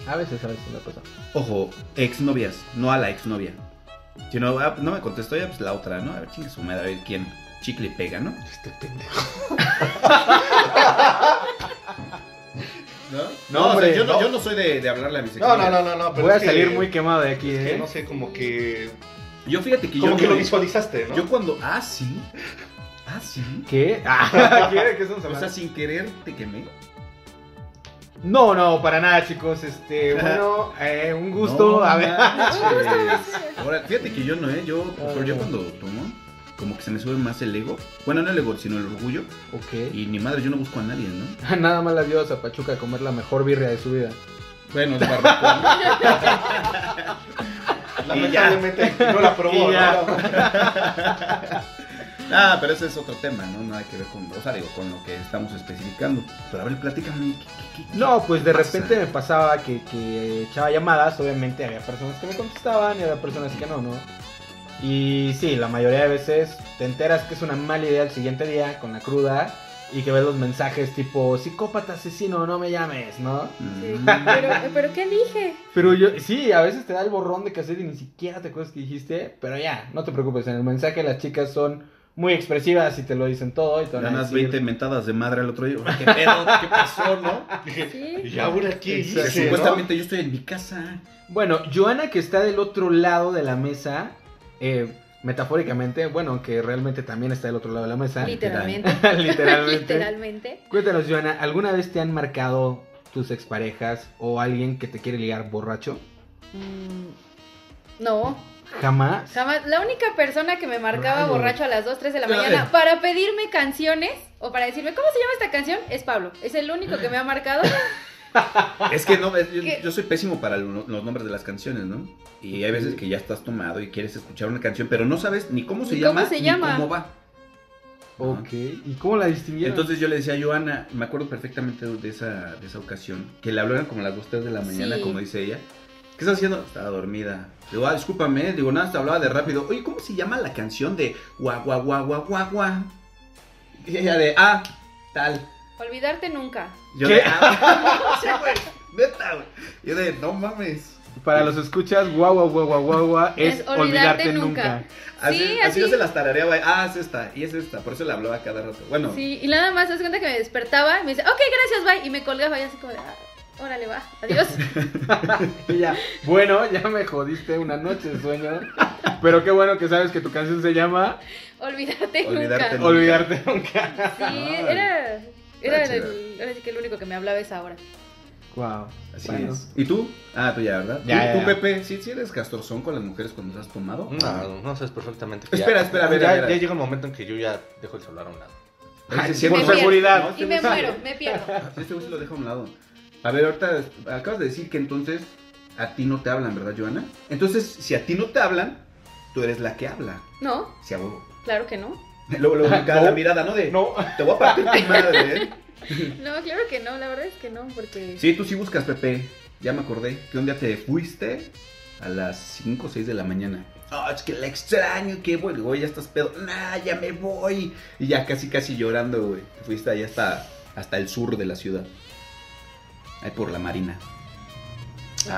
Speaker 3: A veces, a veces me pasa.
Speaker 1: Ojo, exnovias, no a la exnovia. Si no, ah, no me contestó ya, pues la otra, ¿no? A ver, chingue su madre, a ver quién chicle y pega, ¿no?
Speaker 4: Este pendejo.
Speaker 1: No,
Speaker 3: No,
Speaker 1: o sea,
Speaker 3: hombre,
Speaker 1: yo, no,
Speaker 4: no.
Speaker 1: yo no soy de, de hablarle a mis
Speaker 4: No, no,
Speaker 1: exnovias.
Speaker 4: no, no, no. pero
Speaker 3: Voy a
Speaker 4: es que-
Speaker 3: salir muy quemado de aquí,
Speaker 4: es
Speaker 3: ¿eh?
Speaker 4: que no sé, como que.
Speaker 1: Yo fíjate que
Speaker 4: Como
Speaker 1: yo.
Speaker 4: que lo
Speaker 1: no-
Speaker 4: visualizaste, ¿no?
Speaker 1: Yo cuando. Ah, sí. Ah, sí.
Speaker 3: ¿Qué? Ah, ¿Qué? ¿Qué estamos
Speaker 1: O
Speaker 3: hablando?
Speaker 1: sea, sin querer te quemé.
Speaker 3: no, no, para nada, chicos. Este, bueno, eh, un gusto.
Speaker 1: No
Speaker 3: a ver.
Speaker 1: manches. Ahora, fíjate que yo no, ¿eh? Yo, pero yo
Speaker 3: Ah.
Speaker 1: cuando tomo, como que se me sube más el ego. Bueno, no el ego, sino el orgullo.
Speaker 3: Ok.
Speaker 1: Y ni madre, yo no busco a nadie, ¿no?
Speaker 3: Nada más la vio a Pachuca a comer la mejor birria de su vida.
Speaker 1: Bueno, el barbacoa.
Speaker 4: Lamentablemente no la probó,
Speaker 3: Y ya.
Speaker 4: ¿no?
Speaker 1: ah, pero ese es otro tema, ¿no? Nada que ver con, o sea, digo, con lo que estamos especificando. Pero a ver, platícame. ¿qué- qué- qué-
Speaker 3: No, pues de
Speaker 1: pasa?
Speaker 3: repente me pasaba que, que echaba llamadas. Obviamente había personas que me contestaban y había personas que no, ¿no? Y sí, la mayoría de veces te enteras que es una mala idea el siguiente día con la cruda y que ves los mensajes tipo psicópata asesino, no me llames, ¿no?
Speaker 2: Sí.
Speaker 1: Mm.
Speaker 2: Pero, pero ¿qué dije?
Speaker 3: Pero yo, sí, a veces te da el borrón de cassette y ni siquiera te acuerdas que dijiste, pero ya, no te preocupes, en el mensaje las chicas son muy expresivas y te lo dicen todo y te van a
Speaker 1: Ganas
Speaker 3: decir,
Speaker 1: 20 mentadas de madre al otro día. Oye, ¿Qué pedo? ¿Qué pasó, no?
Speaker 2: Sí.
Speaker 4: ¿Y ahora qué
Speaker 1: Que
Speaker 4: hice?
Speaker 3: Exacto. Sí,
Speaker 4: no?
Speaker 1: supuestamente yo estoy en mi casa.
Speaker 3: Bueno, Joana que está del otro lado de la mesa, eh, metafóricamente, bueno, que realmente también está del otro lado de la mesa,
Speaker 2: Literalmente.
Speaker 3: literalmente.
Speaker 2: Literalmente.
Speaker 3: Cuéntanos, Joana, ¿alguna vez te han marcado tus exparejas o alguien que te quiere ligar borracho?
Speaker 2: Mm, no.
Speaker 3: Jamás.
Speaker 2: Jamás, la única persona que me marcaba
Speaker 3: Rayos.
Speaker 2: borracho a las 2, 3 de la
Speaker 4: Ay.
Speaker 2: mañana para pedirme canciones o para decirme, ¿cómo se llama esta canción? Es Pablo. Es el único que me ha marcado.
Speaker 1: Es que no, es- yo,
Speaker 2: ¿Qué?
Speaker 1: yo soy pésimo para lo- los nombres de las canciones, ¿no? Y hay veces que ya estás tomado y quieres escuchar una canción, pero no sabes ni cómo se
Speaker 2: Ni
Speaker 1: llama
Speaker 2: cómo se
Speaker 1: ni
Speaker 2: llama.
Speaker 1: cómo va.
Speaker 3: Ok. ¿Y cómo la distinguieron?
Speaker 1: Entonces yo le decía a Joana, me acuerdo perfectamente de esa, de esa ocasión, que le hablaron como a las 2, 3 de la mañana,
Speaker 2: Sí.
Speaker 1: como dice ella. ¿Qué estás haciendo? Estaba dormida. Digo, ah, discúlpame, digo, nada, te hablaba de rápido. Oye, ¿cómo se llama la canción de guau, guau, guau, guau, guau, guau? Y ella de, ah, tal.
Speaker 2: Olvidarte nunca.
Speaker 1: Yo
Speaker 3: ¿Qué?
Speaker 1: de, ah, sí, güey, neta, güey. Yo de, no mames.
Speaker 3: Para los escuchas, guau, guau, guau, guau, guau, guau,
Speaker 2: Es
Speaker 3: es, olvidarte,
Speaker 2: olvidarte
Speaker 3: nunca.
Speaker 2: nunca.
Speaker 1: Así, así
Speaker 2: Sí, así.
Speaker 1: yo se las tarareaba. güey. Ah, es esta, y es esta. Por eso le hablaba cada rato. Bueno,
Speaker 2: Sí, y nada más, te das cuenta que me despertaba y me dice, ok, gracias, bye. Y me colgaba y así como, de, "Ah, órale, va, adiós.
Speaker 3: Ella, bueno, ya me jodiste una noche de sueño. Pero qué bueno que sabes que tu canción se llama
Speaker 2: Olvidarte,
Speaker 1: Olvidarte
Speaker 2: nunca.
Speaker 1: nunca.
Speaker 3: Olvidarte nunca.
Speaker 2: Sí, era, era
Speaker 1: Está
Speaker 2: el, ahora sí que el único que me hablaba es ahora.
Speaker 3: Wow.
Speaker 1: así es. ¿Y tú? Ah, tú ya, ¿verdad?
Speaker 3: Ya,
Speaker 1: ¿Tú,
Speaker 3: ya, Mm.
Speaker 1: tú,
Speaker 3: ya.
Speaker 1: Pepe, ¿sí, sí eres castrozón con las mujeres cuando las has tomado? Ah,
Speaker 4: No, no sabes perfectamente. que
Speaker 1: Espera,
Speaker 4: ya-
Speaker 1: espera, a ver,
Speaker 4: ya,
Speaker 1: a ver.
Speaker 4: ya llega un momento en que yo ya dejo el celular a un lado.
Speaker 1: Ay,
Speaker 3: Por
Speaker 2: me pierdo.
Speaker 3: seguridad.
Speaker 1: No,
Speaker 2: Y me muero, me pierdo.
Speaker 1: Sí, Este güey se lo deja a un lado. A ver, ahorita acabas de decir que entonces a ti no te hablan, ¿verdad, Joana? Entonces, si a ti no te hablan, tú eres la que habla.
Speaker 2: No,
Speaker 1: Si a huevo.
Speaker 2: claro que no.
Speaker 1: Luego, luego, cada
Speaker 3: No.
Speaker 1: la mirada, ¿no? De,
Speaker 3: No.
Speaker 1: te voy a partir tu madre, ¿eh?
Speaker 2: No, claro que no, la verdad es que no, porque...
Speaker 1: Sí, tú sí buscas, Pepe. Ya me acordé que un día te fuiste a las 5 o 6 de la mañana. Ah, es que la extraño, que güey, güey, ya estás pedo. Nah, ya me voy. Y ya casi, casi llorando, güey. Te fuiste allá hasta, hasta el sur de la ciudad. Ahí por la marina.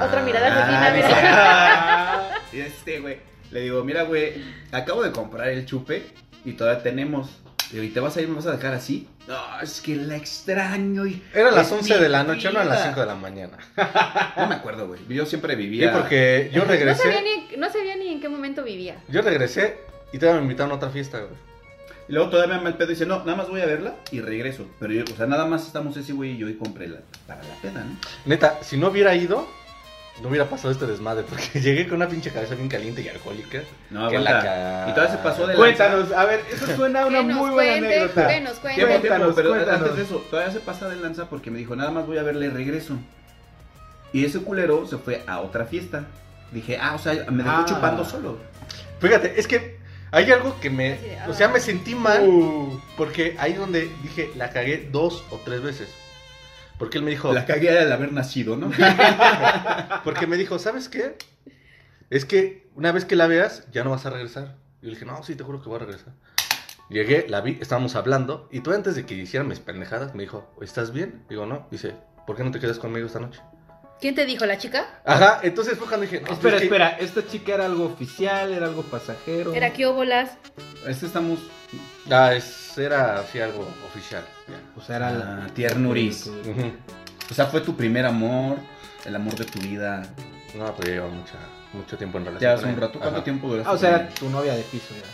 Speaker 2: Otra mirada
Speaker 1: Ah,
Speaker 2: asesina, mira.
Speaker 3: Ah,
Speaker 1: Y este, güey, le digo, mira, güey, acabo de comprar el chupe y todavía tenemos. Le digo, ¿y te vas a ir? ¿Me vas a dejar así? No, es que la extraño y...
Speaker 4: Era las
Speaker 1: Es
Speaker 4: 11
Speaker 1: mi
Speaker 4: de la noche, no a las
Speaker 1: vida.
Speaker 4: 5 de la mañana.
Speaker 1: No me acuerdo, güey. Yo siempre
Speaker 4: Sí,
Speaker 1: vivía...
Speaker 4: porque yo
Speaker 2: No sabía,
Speaker 4: regresé.
Speaker 2: ni, no sabía ni en qué momento vivía.
Speaker 4: Yo regresé y todavía me invitaron a otra fiesta, güey.
Speaker 1: Y luego todavía me mal pedo y dice, no, nada más voy a verla y regreso. Pero yo, o sea, nada más estamos ese güey y yo y compré la, para la peda, ¿no?
Speaker 4: Neta, si no hubiera ido, no hubiera pasado este desmadre, porque llegué con una pinche cabeza bien caliente y alcohólica.
Speaker 1: No,
Speaker 4: que
Speaker 1: aguanta.
Speaker 4: ca-
Speaker 1: Y todavía se pasó de
Speaker 3: Cuéntanos, a ver, eso suena a una
Speaker 2: que nos
Speaker 3: muy buena
Speaker 2: cuente,
Speaker 3: anécdota.
Speaker 2: que nos
Speaker 1: Tiempo,
Speaker 2: cuente.
Speaker 1: tiempo,
Speaker 3: Cuéntanos,
Speaker 1: pero
Speaker 3: cuéntanos.
Speaker 1: antes de eso, todavía se pasa de lanza porque me dijo, nada más voy a verle regreso. Y ese culero se fue a otra fiesta. Dije, ah, o sea, me dejó
Speaker 3: Ah.
Speaker 1: chupando solo.
Speaker 4: Fíjate, es que hay algo que me.
Speaker 2: Así de,
Speaker 4: O sea,
Speaker 2: ah.
Speaker 4: me sentí mal.
Speaker 3: Uh,
Speaker 4: Porque ahí es donde dije, la cagué dos o tres veces. Porque él me dijo,
Speaker 1: La cagué al haber nacido, ¿no?
Speaker 4: porque me dijo, ¿sabes qué? Es que una vez que la veas, ya no vas a regresar. Y le dije, no, sí, te juro que voy a regresar. Llegué, la vi, estábamos hablando, y tú antes de que hicieran mis pendejadas, me dijo, ¿estás bien? Digo, no. Dice, ¿por qué no te quedas conmigo esta noche?
Speaker 2: ¿Quién te dijo, la chica?
Speaker 4: Ajá, entonces fue cuando dije, no,
Speaker 3: espera,
Speaker 4: es que-
Speaker 3: espera, ¿esta chica era algo oficial, era algo pasajero?
Speaker 2: Era que óbolas.
Speaker 1: este estamos...
Speaker 4: Ah, es- era así algo oficial. ya.
Speaker 3: O sea, era la...
Speaker 1: Ah, tiernuris.
Speaker 4: Ujú.
Speaker 1: O sea, fue tu primer amor, el amor de tu vida.
Speaker 4: No, pero lleva mucha, mucho tiempo en relación.
Speaker 1: Ya hace
Speaker 4: con
Speaker 1: un
Speaker 4: él.
Speaker 1: rato, ¿cuánto
Speaker 4: Ajá.
Speaker 1: tiempo duraste?
Speaker 3: Ah, o sea,
Speaker 1: con
Speaker 3: era
Speaker 1: él?
Speaker 3: tu novia de piso, ya.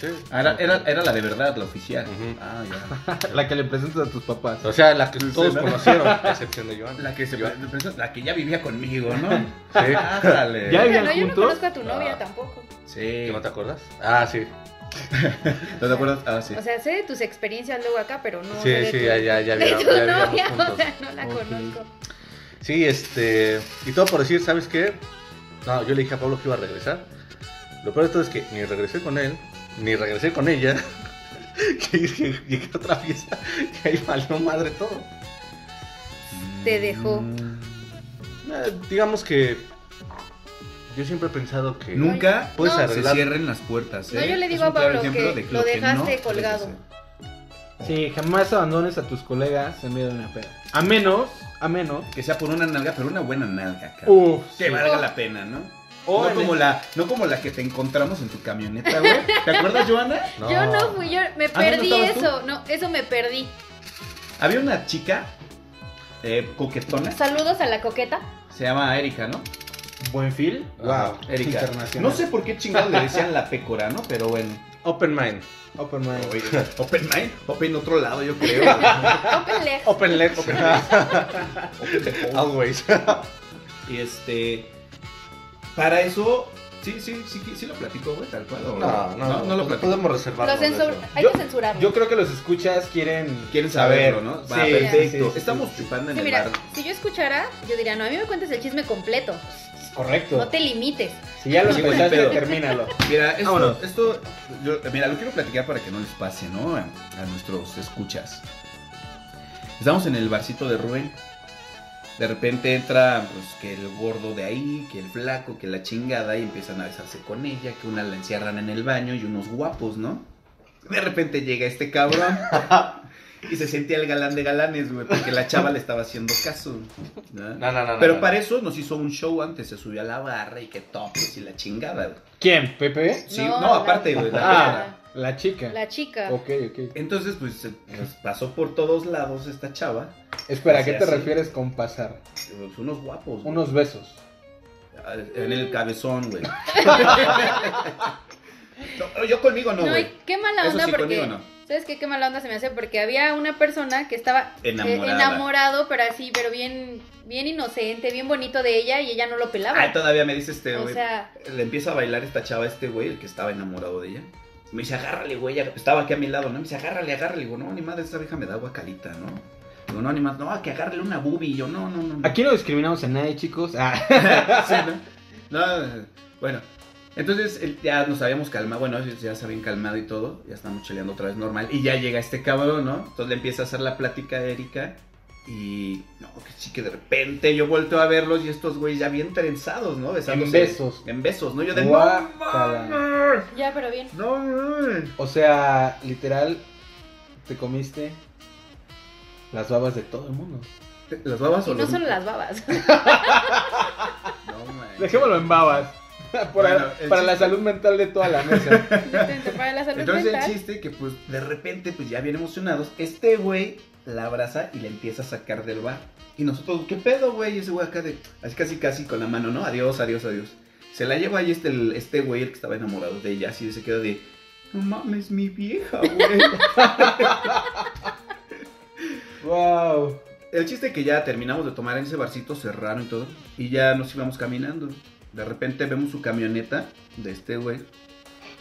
Speaker 4: Sí.
Speaker 1: Ah, era, era, era la de verdad, la oficial.
Speaker 4: Ujú.
Speaker 1: Ah, ya.
Speaker 3: La que le presentas a tus papás.
Speaker 4: O sea, la que todos
Speaker 1: ¿no?
Speaker 4: conocieron, a excepción de Joan.
Speaker 1: La que, se,
Speaker 4: Yo-
Speaker 1: la que ya vivía conmigo, ¿no?
Speaker 4: Sí.
Speaker 1: Ájale.
Speaker 3: Ya
Speaker 2: Mira,
Speaker 3: vivían
Speaker 2: no, yo no
Speaker 3: juntos?
Speaker 2: conozco a tu novia
Speaker 4: Ah.
Speaker 2: tampoco.
Speaker 1: Sí.
Speaker 4: ¿Que no te acuerdas? Ah, sí.
Speaker 1: ¿No te acuerdas? Ah, sí.
Speaker 2: O sea, sé de tus experiencias luego acá, pero no sé
Speaker 4: sí,
Speaker 2: de
Speaker 4: sí,
Speaker 2: tu-
Speaker 4: ya, ya, ya.
Speaker 2: de
Speaker 4: había-
Speaker 2: tu
Speaker 4: ya habíamos
Speaker 2: novia,
Speaker 4: juntos.
Speaker 2: o sea, no la
Speaker 3: Ok.
Speaker 2: conozco.
Speaker 4: Sí, este. Y todo por decir, ¿sabes qué? No, yo le dije a Pablo que iba a regresar. Lo peor de todo es que ni regresé con él, ni regresé con ella. que llegué- llegué a otra fiesta y ahí valió madre todo.
Speaker 2: Te dejó.
Speaker 4: Eh, digamos que. Yo siempre he pensado que.
Speaker 1: Nunca
Speaker 4: Puedes
Speaker 2: No,
Speaker 1: se
Speaker 4: arreglar.
Speaker 1: cierren las puertas.
Speaker 2: No,
Speaker 1: ¿eh?
Speaker 2: yo le
Speaker 1: Es
Speaker 2: digo
Speaker 1: un
Speaker 2: a
Speaker 1: claro
Speaker 2: Pablo
Speaker 1: ejemplo
Speaker 2: que
Speaker 1: de
Speaker 2: lo dejaste
Speaker 1: debes
Speaker 2: colgado.
Speaker 1: hacer.
Speaker 3: Sí, jamás abandones a tus colegas en medio de una peda. A menos, a menos.
Speaker 1: Que sea por una nalga, pero una buena nalga, cara.
Speaker 3: Uf,
Speaker 1: Que
Speaker 3: sí.
Speaker 1: valga la pena, ¿no?
Speaker 3: O
Speaker 1: no,
Speaker 3: en
Speaker 1: como
Speaker 3: el-
Speaker 1: la, no como la que te encontramos en tu camioneta, güey. ¿Te acuerdas, Joana?
Speaker 2: Yo no fui, yo me
Speaker 1: ¿no
Speaker 2: perdí
Speaker 1: estabas tú?
Speaker 2: eso. No, eso me perdí.
Speaker 1: Había una chica eh, coquetona.
Speaker 2: Saludos a la coqueta.
Speaker 1: Se llama Erika, ¿no?
Speaker 3: Buen feel.
Speaker 4: Wow.
Speaker 1: Erika.
Speaker 3: Internacional.
Speaker 1: No sé por qué chingados le decían la pécora, ¿no? Pero bueno.
Speaker 4: Open mind.
Speaker 3: Open mind.
Speaker 1: Oye, Open mind. Open otro lado, yo creo. güey.
Speaker 2: Open leg.
Speaker 4: Open legs.
Speaker 1: Open the hole.
Speaker 4: Always.
Speaker 1: Y este. Para eso Sí, sí, sí, sí, sí lo platico, güey, tal cual. o-
Speaker 4: No, no, no,
Speaker 1: lo platico.
Speaker 4: podemos reservar.
Speaker 2: Lo censur- Hay
Speaker 3: Yo-
Speaker 2: que censurarlo.
Speaker 3: Yo creo que los escuchas quieren.
Speaker 1: Quieren saberlo, ¿no? Va,
Speaker 3: Sí,
Speaker 1: perfecto.
Speaker 3: sí, sí,
Speaker 1: Estamos
Speaker 3: sí.
Speaker 1: chupando en
Speaker 2: Sí,
Speaker 1: el
Speaker 2: mira,
Speaker 1: bar.
Speaker 2: si yo escuchara, yo diría, no, a mí me cuentes el chisme completo.
Speaker 3: Correcto.
Speaker 2: No te limites.
Speaker 3: Si ya lo
Speaker 1: Sí, güey,
Speaker 3: escuchaste,
Speaker 1: pero-
Speaker 3: termínalo.
Speaker 1: Mira, esto,
Speaker 3: Vámonos.
Speaker 1: esto yo- mira, lo quiero platicar para que no les pase, ¿no? A, a nuestros escuchas. Estamos en el barcito de Rubén. De repente entra, pues, que el gordo de ahí, que el flaco, que la chingada, y empiezan a besarse con ella, que una la encierran en el baño y unos guapos, ¿no? De repente llega este cabrón y se sentía el galán de galanes, güey, porque la chava le estaba haciendo caso. ¿no?
Speaker 4: No, no, no, no.
Speaker 1: Pero
Speaker 4: no.
Speaker 1: para eso nos hizo un show antes, se subió a la barra y que topes y la chingada, güey.
Speaker 3: ¿Quién? ¿Pepe?
Speaker 1: Sí,
Speaker 2: No,
Speaker 1: no,
Speaker 2: la-
Speaker 1: aparte, güey. la
Speaker 3: Ah,
Speaker 1: perra.
Speaker 3: la chica.
Speaker 2: La chica.
Speaker 3: Ok, ok.
Speaker 1: Entonces, pues, se- pues, pasó por todos lados esta chava.
Speaker 3: Espera, ¿a
Speaker 1: Así,
Speaker 3: qué te
Speaker 1: así.
Speaker 3: refieres con pasar?
Speaker 1: Pues, unos guapos. güey. Ah,
Speaker 3: Unos besos.
Speaker 1: En el cabezón, güey. No, yo conmigo no,
Speaker 2: No,
Speaker 1: güey.
Speaker 2: y qué mala
Speaker 1: Eso
Speaker 2: onda
Speaker 1: sí,
Speaker 2: porque.
Speaker 1: conmigo no.
Speaker 2: ¿Sabes qué? Qué mala onda se me hace porque había una persona que estaba eh,
Speaker 1: Enamorada.
Speaker 2: enamorado, pero así, pero bien, bien inocente, bien bonito de ella y ella no lo pelaba.
Speaker 1: Ah, todavía me dice este,
Speaker 2: o
Speaker 1: güey.
Speaker 2: sea,
Speaker 1: Le empieza a bailar esta chava, este güey, el que estaba enamorado de ella. Me dice, agárrale, güey. ag- Estaba aquí a mi lado, ¿no? Me dice, agárrale, agárrale. Digo, no, ni madre, esta vieja me da guacalita, ¿no? Digo, no, ni más, no, que agárrale una boobie. Yo, no, no, no. no.
Speaker 3: Aquí no discriminamos a nadie, chicos. Ah,
Speaker 1: Sí, ¿no? No, bueno, entonces el- ya nos habíamos calmado, bueno, ellos ya se habían calmado y todo, ya estamos cheleando otra vez normal, y ya llega este cabrón, ¿no? Entonces le empieza a hacer la plática a Erika, y no, que sí, que de repente yo vuelto a verlos y estos güeyes ya bien trenzados, ¿no? Besándose.
Speaker 3: En besos.
Speaker 1: En besos, ¿no? Yo de
Speaker 3: Guácala.
Speaker 1: no mames,
Speaker 2: ya, pero bien.
Speaker 1: no mames.
Speaker 3: O sea, literal, te comiste las babas de todo el mundo.
Speaker 1: ¿Las babas o
Speaker 2: Y no
Speaker 1: los-
Speaker 2: solo las babas.
Speaker 1: No, mames.
Speaker 3: Dejémoslo en babas. Para,
Speaker 1: Bueno, el
Speaker 3: para la
Speaker 1: chiste-
Speaker 3: salud mental de toda la mesa.
Speaker 2: Para la salud
Speaker 1: Entonces el
Speaker 2: mental.
Speaker 1: chiste que pues de repente pues ya bien emocionados, este güey la abraza y la empieza a sacar del bar. Y nosotros, ¿qué pedo, güey? Y ese güey acá de, así casi casi con la mano, ¿no? Adiós, adiós, adiós. Se la lleva ahí este, el- este güey, el que estaba enamorado de ella, así se queda de, no mames, mi vieja, güey.
Speaker 3: wow.
Speaker 1: El chiste que ya terminamos de tomar en ese barcito, cerraron y todo, y ya nos íbamos caminando. De repente vemos su camioneta de este güey.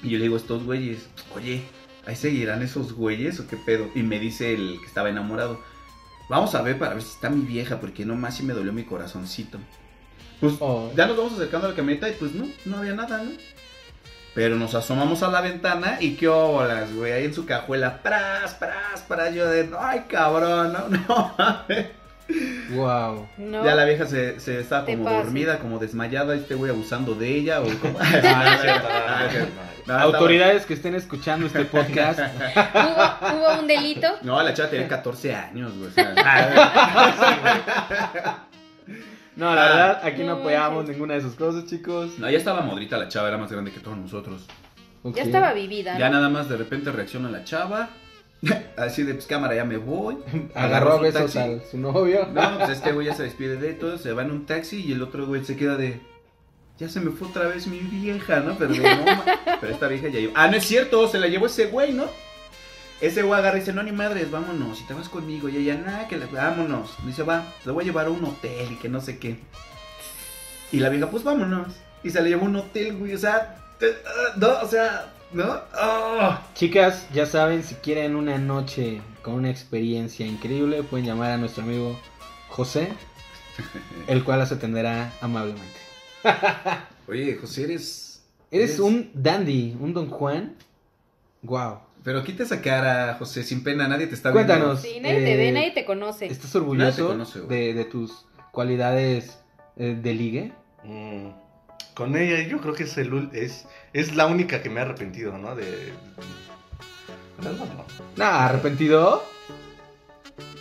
Speaker 1: Y yo le digo a estos güeyes, oye, ¿ahí seguirán esos güeyes o qué pedo? Y me dice el que estaba enamorado, vamos a ver para ver si está mi vieja, porque nomás sí me dolió mi corazoncito. Pues
Speaker 3: Oh.
Speaker 1: ya nos vamos acercando a la camioneta y pues no, no había nada, ¿no? Pero nos asomamos a la ventana y qué olas, güey, ahí en su cajuela, pras, pras, pras, yo de, ay cabrón, no, no mames.
Speaker 3: Wow.
Speaker 2: No.
Speaker 1: Ya la vieja se, se está
Speaker 2: Te
Speaker 1: como
Speaker 2: pases.
Speaker 1: dormida, como desmayada, este güey abusando de ella o como...
Speaker 4: Ah, sí, está-
Speaker 1: No,
Speaker 3: Autoridades que estén escuchando este podcast.
Speaker 2: Hubo, hubo un delito.
Speaker 1: estaba- No, la chava tenía 14 años, güey. o sea,
Speaker 3: No, la
Speaker 1: Ah.
Speaker 3: verdad, aquí no
Speaker 2: No
Speaker 3: apoyamos
Speaker 2: manches.
Speaker 3: ninguna de sus cosas, chicos.
Speaker 1: no, ya estaba modrita la chava, era más grande que todos nosotros.
Speaker 3: Ok.
Speaker 2: Ya estaba vivida.
Speaker 1: Ya
Speaker 2: ¿no?
Speaker 1: nada más de repente reacciona la chava. Así de pues cámara, ya me voy.
Speaker 3: Agarró a
Speaker 1: su
Speaker 3: besos
Speaker 1: taxi.
Speaker 3: a su novio.
Speaker 1: No, pues este güey ya se despide de todo, se va en un taxi y el otro güey se queda de. Ya se me fue otra vez mi vieja, ¿no? Pero, digo, no, ma- pero esta vieja ya llevó. Ah, no es cierto, se la llevó ese güey, ¿no? Ese güey agarra y dice, no, ni madres, vámonos, si te vas conmigo. Y ella, nada, que la... vámonos. Y dice, va, te voy a llevar a un hotel y que no sé qué. Y la vieja, pues vámonos. Y se la llevó a un hotel, güey, o sea, te- ah, no, o sea, ¿no? Ah.
Speaker 3: Chicas, ya saben, si quieren una noche con una experiencia increíble, pueden llamar a nuestro amigo José, el cual las atenderá amablemente.
Speaker 1: Oye, José, eres.
Speaker 3: Eres un dandy, un don Juan. Wow.
Speaker 1: Pero quita esa cara, José, sin pena, nadie te está viendo.
Speaker 3: Cuéntanos.
Speaker 2: Sí, nadie te
Speaker 3: eh,
Speaker 2: ve, nadie te conoce.
Speaker 3: ¿Estás
Speaker 1: Nadie
Speaker 3: orgulloso
Speaker 1: te conoce, güey.
Speaker 3: de, de tus cualidades eh, de ligue?
Speaker 4: Mm, Con ella, yo creo que es, el, ul- es, es la única que me ha arrepentido, ¿no? De. No, no, no.
Speaker 3: Nah, arrepentido.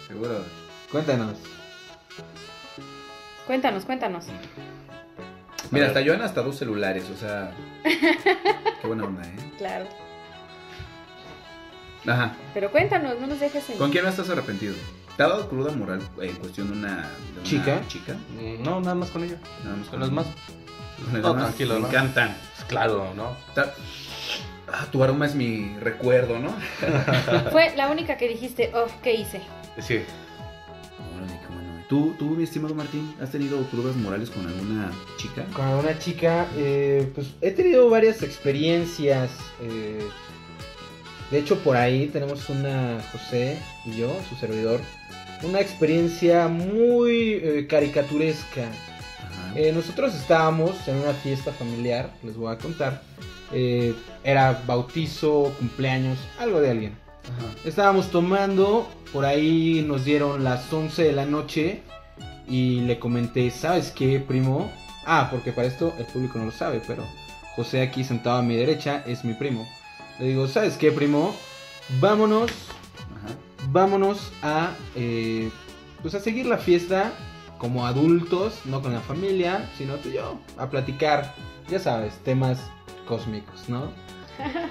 Speaker 1: Seguro.
Speaker 3: Cuéntanos.
Speaker 2: Cuéntanos, cuéntanos.
Speaker 1: Mira, hasta Joana hasta dos celulares, o sea. Qué buena onda, ¿eh?
Speaker 2: Claro.
Speaker 1: Ajá.
Speaker 2: Pero cuéntanos, no nos dejes en.
Speaker 1: ¿Con quién no estás arrepentido? ¿Te ha dado cruda moral eh, en cuestión de una, de una
Speaker 3: ¿Chica?
Speaker 1: chica?
Speaker 4: Mm, No, nada más con ella.
Speaker 1: Nada más
Speaker 4: Con las más.
Speaker 1: Con las
Speaker 4: No,
Speaker 1: demás.
Speaker 4: tranquilo,
Speaker 1: Me
Speaker 4: ¿no?
Speaker 1: encantan.
Speaker 4: Claro, ¿no?
Speaker 1: Ta- Ah, tu aroma es mi recuerdo, ¿no?
Speaker 2: Fue la única que dijiste, oh, ¿qué hice?
Speaker 4: Sí.
Speaker 1: Órale, qué bueno, ¿eh? ¿Tú, tú, mi estimado Martín, has tenido pruebas morales con alguna chica?
Speaker 3: Con una chica, eh, pues he tenido varias experiencias. eh, de hecho, por ahí tenemos una, José y yo, su servidor, una experiencia muy eh, caricaturesca.
Speaker 1: Ajá.
Speaker 3: Eh, nosotros estábamos en una fiesta familiar, les voy a contar. Eh, era bautizo, cumpleaños, algo de alguien.
Speaker 1: Ajá.
Speaker 3: Estábamos tomando, por ahí nos dieron las 11 de la noche y le comenté, ¿sabes qué, primo? Ah, porque para esto el público no lo sabe, pero José aquí sentado a mi derecha es mi primo. Le digo, ¿sabes qué, primo? Vámonos,
Speaker 1: Ajá.
Speaker 3: vámonos a, eh, pues a seguir la fiesta como adultos, no con la familia, sino tú y yo, a platicar, ya sabes, temas cósmicos, ¿no?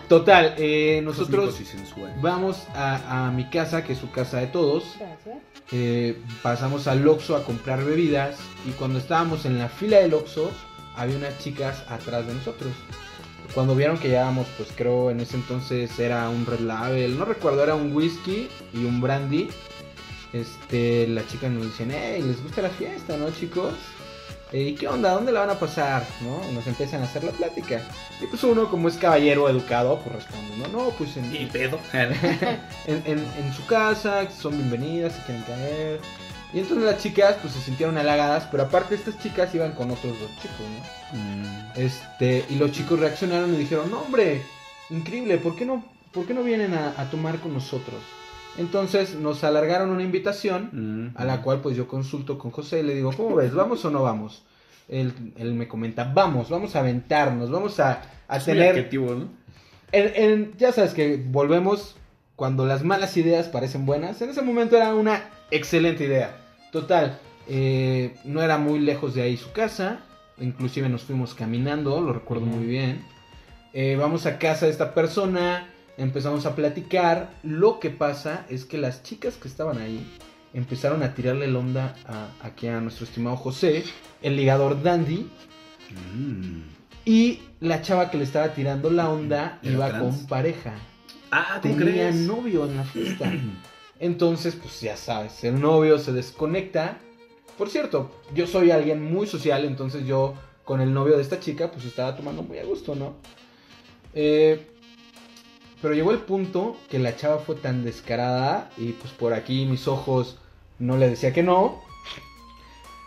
Speaker 3: Total, eh, nosotros...
Speaker 1: Cósmicos y sensuales.
Speaker 3: Vamos a, a mi casa, que es su casa de todos.
Speaker 2: Gracias.
Speaker 3: Eh, pasamos al Oxxo a comprar bebidas. Y cuando estábamos en la fila del Oxxo, había unas chicas atrás de nosotros. Cuando vieron que llevábamos, pues creo en ese entonces era un Red Label, no recuerdo, era un whisky y un brandy. Este, las chicas nos dicen, hey, les gusta la fiesta, ¿no, chicos? Eh, ¿Qué onda? ¿Dónde la van a pasar? ¿No? Nos empiezan a hacer la plática. Y pues uno, como es caballero educado, pues responde, no, no, pues en,
Speaker 1: Y pedo.
Speaker 3: en, en- en su casa, que son bienvenidas, se quieren caer. Y entonces las chicas pues se sintieron halagadas, pero aparte estas chicas iban con otros dos chicos, ¿no?
Speaker 1: Mm.
Speaker 3: Este, y los chicos reaccionaron y dijeron, no hombre, increíble, ¿por qué no, por qué no vienen a, a tomar con nosotros? Entonces nos alargaron una invitación
Speaker 1: Mm.
Speaker 3: a la cual pues yo consulto con José y le digo, ¿cómo ves? ¿Vamos o no vamos? Él, él me comenta, vamos, vamos a aventarnos, vamos a, a
Speaker 1: Es muy
Speaker 3: tener
Speaker 1: adjetivo, ¿no?
Speaker 3: en- en- ya sabes que volvemos cuando las malas ideas parecen buenas. En ese momento era una excelente idea. Total, eh, no era muy lejos de ahí su casa. Inclusive nos fuimos caminando, lo recuerdo muy bien. Eh, vamos a casa de esta persona, empezamos a platicar. Lo que pasa es que las chicas que estaban ahí empezaron a tirarle el onda a, aquí a nuestro estimado José, el ligador Dandy.
Speaker 1: Mm.
Speaker 3: Y la chava que le estaba tirando la onda
Speaker 1: ¿Era
Speaker 3: iba
Speaker 1: trans?
Speaker 3: con pareja.
Speaker 1: Ah, ¿cómo
Speaker 3: Tenía
Speaker 1: crees?
Speaker 3: novio en la fiesta. Entonces, pues ya sabes, el novio se desconecta. Por cierto, yo soy alguien muy social, entonces yo con el novio de esta chica, pues estaba tomando muy a gusto, ¿no? Eh, pero llegó el punto que la chava fue tan descarada y pues por aquí mis ojos no le decía que no,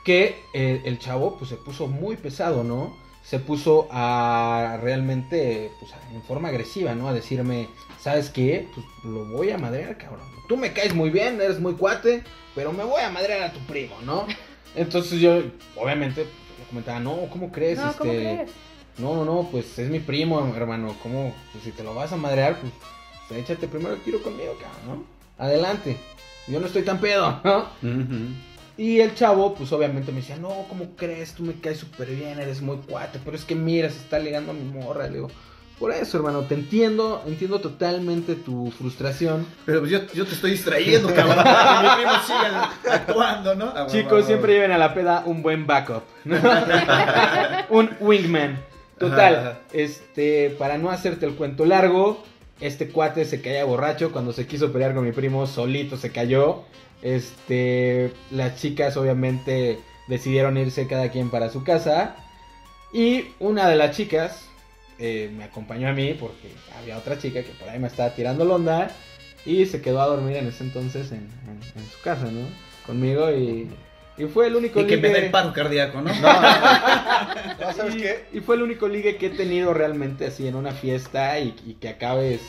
Speaker 3: que eh, el chavo pues se puso muy pesado, ¿no? Se puso a realmente, pues en forma agresiva, ¿no? A decirme, ¿sabes qué? Pues lo voy a madrear, cabrón. Tú me caes muy bien, eres muy cuate, pero me voy a madrear a tu primo, ¿no? Entonces yo, obviamente, pues, le comentaba, no, ¿cómo crees? Este,
Speaker 2: No, ¿cómo
Speaker 1: este,
Speaker 2: crees?
Speaker 3: No, no, no, pues es mi primo, hermano. ¿Cómo? Pues si te lo vas a madrear, pues pues, échate primero el tiro conmigo, cabrón, ¿no? Adelante. Yo no estoy tan pedo, ¿no?
Speaker 1: Ujú.
Speaker 3: Y el chavo, pues obviamente me decía, no, ¿cómo crees? Tú me caes súper bien, eres muy cuate, pero es que mira, se está ligando a mi morra. Le digo, por eso, hermano, te entiendo, entiendo totalmente tu frustración.
Speaker 1: Pero pues yo, yo te estoy distrayendo, cabrón. Mi primo sigue actuando, ¿no? Ah, va,
Speaker 3: Chicos,
Speaker 1: va, va,
Speaker 3: siempre
Speaker 1: va.
Speaker 3: lleven a la peda un buen backup. ¿no? un wingman. Total,
Speaker 1: Ajá, ajá.
Speaker 3: este, para no hacerte el cuento largo, este cuate se caía borracho cuando se quiso pelear con mi primo, solito se cayó. Este, las chicas obviamente decidieron irse cada quien para su casa. Y una de las chicas eh, me acompañó a mí porque había otra chica que por ahí me estaba tirando la onda. Y se quedó a dormir en ese entonces en, en- en su casa, ¿no? Conmigo y, y fue el único
Speaker 1: Y que me
Speaker 3: ligue-
Speaker 1: dé el paro cardíaco, ¿no?
Speaker 4: No, ¿sabes
Speaker 3: y,
Speaker 4: qué?
Speaker 3: y fue el único ligue que he tenido realmente así en una fiesta y, y que acabes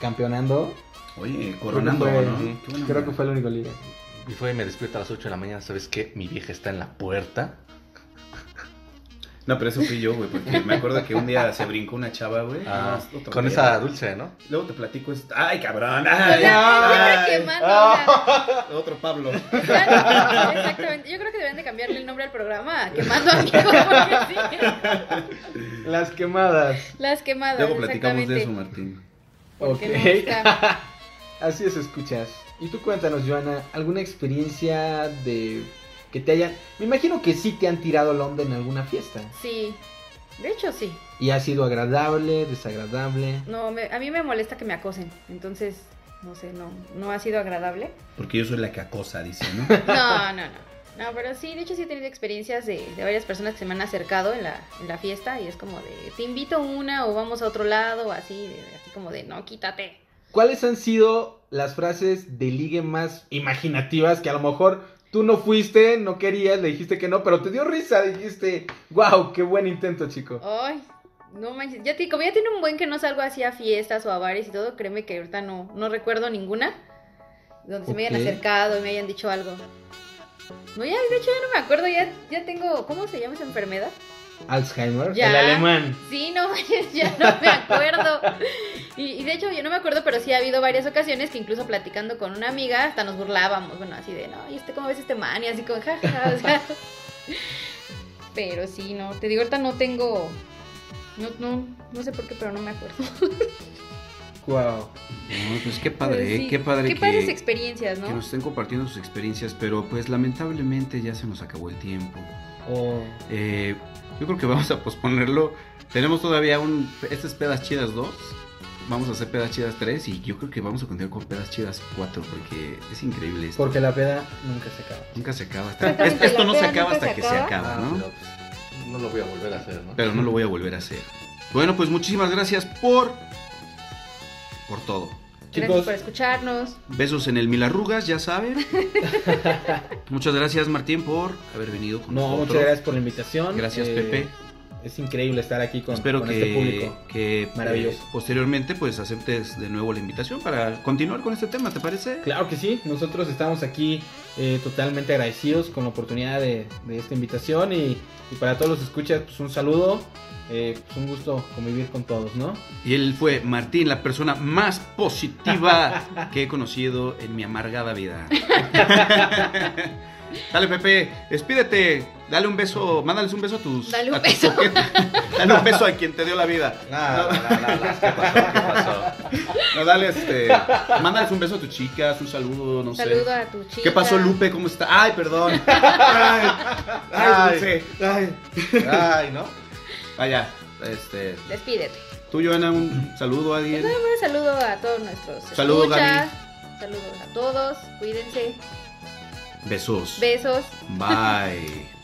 Speaker 3: campeonando.
Speaker 1: Oye,
Speaker 3: Coronando,
Speaker 1: coronando, ¿no?
Speaker 3: ¿no?
Speaker 1: Qué buena
Speaker 3: Creo que
Speaker 1: onda.
Speaker 3: fue el único ligue.
Speaker 4: Y fue y me despierta a las 8 de la mañana, ¿sabes qué? Mi vieja está en la puerta.
Speaker 1: No, pero eso fui yo, güey, porque me acuerdo que un día se brincó una chava, güey.
Speaker 4: Ah,
Speaker 1: No, otra
Speaker 4: con
Speaker 1: vez.
Speaker 4: esa dulce, ¿no?
Speaker 1: Luego te platico esto. ¡Ay, cabrón!
Speaker 2: O
Speaker 1: ¡Ay!
Speaker 2: sea,
Speaker 1: ay.
Speaker 2: siempre quemando, o
Speaker 1: Otro Pablo.
Speaker 2: sea, claro, exactamente. Yo creo que deben de cambiarle el nombre al programa a quemando amigos. porque sí.
Speaker 3: Las quemadas.
Speaker 2: Las quemadas.
Speaker 1: Luego platicamos de eso,
Speaker 2: exactamente.
Speaker 1: Martín.
Speaker 2: Porque
Speaker 3: Ok.
Speaker 2: no está.
Speaker 3: Así es, escuchas. Y tú cuéntanos, Joana, ¿alguna experiencia de que te hayan... Me imagino que sí te han tirado la onda en alguna fiesta.
Speaker 2: Sí. De hecho, sí.
Speaker 3: Y ha sido agradable, desagradable.
Speaker 2: No, me- a mí me molesta que me acosen. Entonces, no sé, no, no ha sido agradable.
Speaker 6: Porque yo soy la que acosa, dice, ¿no?
Speaker 2: No, no, no. No, pero sí, de hecho sí he tenido experiencias de, de varias personas que se me han acercado en la, en la fiesta y es como de, te invito a una o vamos a otro lado, o así, de- así como de, no, quítate.
Speaker 3: ¿Cuáles han sido las frases de ligue más imaginativas que a lo mejor tú no fuiste, no querías, le dijiste que no, pero te dio risa, dijiste, wow, qué buen intento, chico?
Speaker 2: Ay, no manches, ya te, como ya tiene un buen que no salgo así a fiestas o a bares y todo, créeme que ahorita no, no recuerdo ninguna donde se me hayan
Speaker 3: Ok.
Speaker 2: acercado y me hayan dicho algo. No, ya, de hecho ya no me acuerdo, ya, ya tengo, ¿cómo se llama esa enfermedad?
Speaker 3: Alzheimer,
Speaker 2: Ya.
Speaker 3: el alemán.
Speaker 2: Sí, no, ya no me acuerdo. Y, y de hecho, yo no me acuerdo, pero sí ha habido varias ocasiones que incluso platicando con una amiga hasta nos burlábamos. Bueno, así de, no, ¿y este cómo ves este man? Y así con jaja. o sea. Pero sí, no, te digo, ahorita no tengo. No, no, no sé por qué, pero no me acuerdo.
Speaker 3: Wow.
Speaker 1: No, pues qué padre, ¿eh?
Speaker 2: Sí,
Speaker 1: qué padre
Speaker 2: Qué
Speaker 1: que,
Speaker 2: padres experiencias, ¿no?
Speaker 1: que nos estén compartiendo sus experiencias, pero pues lamentablemente ya se nos acabó el tiempo.
Speaker 3: Oh.
Speaker 1: Eh, yo creo que vamos a posponerlo. Tenemos todavía un. Estas pedas chidas 2. Vamos a hacer pedas chidas 3. Y yo creo que vamos a continuar con pedas chidas 4. Porque es increíble esto.
Speaker 3: Porque la peda nunca se acaba.
Speaker 1: Nunca se acaba. hasta-
Speaker 2: Exactamente,
Speaker 1: es- esto
Speaker 2: la
Speaker 1: no se
Speaker 2: peda
Speaker 1: acaba
Speaker 2: nunca
Speaker 1: hasta
Speaker 2: se
Speaker 1: que se
Speaker 2: acaba.
Speaker 1: acaba, ¿no?
Speaker 4: Ah,
Speaker 3: Ah,
Speaker 4: Pero, pues, no lo voy a volver a hacer, ¿no?
Speaker 1: Pero no lo voy a volver a hacer. Bueno, pues muchísimas gracias por. Por todo.
Speaker 2: Gracias por escucharnos.
Speaker 1: Besos en el Milarrugas, ya saben. muchas gracias, Martín, por haber venido con
Speaker 3: No,
Speaker 1: nosotros.
Speaker 3: muchas gracias por la invitación.
Speaker 1: Gracias,
Speaker 3: Eh,
Speaker 1: Pepe.
Speaker 3: Es increíble estar aquí con,
Speaker 1: Espero
Speaker 3: con
Speaker 1: que,
Speaker 3: este público.
Speaker 1: que,
Speaker 3: Maravilloso.
Speaker 1: eh, posteriormente pues aceptes de nuevo la invitación para continuar con este tema, ¿te parece?
Speaker 3: Claro que sí, nosotros estamos aquí eh, totalmente agradecidos con la oportunidad de, de esta invitación y, y para todos los escuchas, pues un saludo, eh, pues un gusto convivir con todos, ¿no?
Speaker 1: Y él fue Martín, la persona más positiva que he conocido en mi amargada vida. Dale, Pepe, despídete. Dale un beso, mándales un beso a tus.
Speaker 2: Dale un
Speaker 1: a tus
Speaker 2: beso.
Speaker 1: coquetas. Dale un beso a quien te dio la vida.
Speaker 4: Nada, nada, nada. ¿Qué pasó? ¿Qué pasó?
Speaker 1: No, dale este. Mándales un beso a tus chicas, un saludo, no sé.
Speaker 2: Saludo a tu chica.
Speaker 1: ¿Qué pasó, Lupe? ¿Cómo está? Ay, perdón. Ay, ay, dulce. ay.
Speaker 4: Ay, ¿no?
Speaker 1: Vaya, Ah, este.
Speaker 2: Despídete.
Speaker 1: Tú, Joana, un saludo a alguien.
Speaker 2: Un saludo a todos nuestros
Speaker 1: Saludo,
Speaker 2: escuchas. Saludos a todos. Cuídense.
Speaker 1: Besos.
Speaker 2: Besos.
Speaker 1: Bye.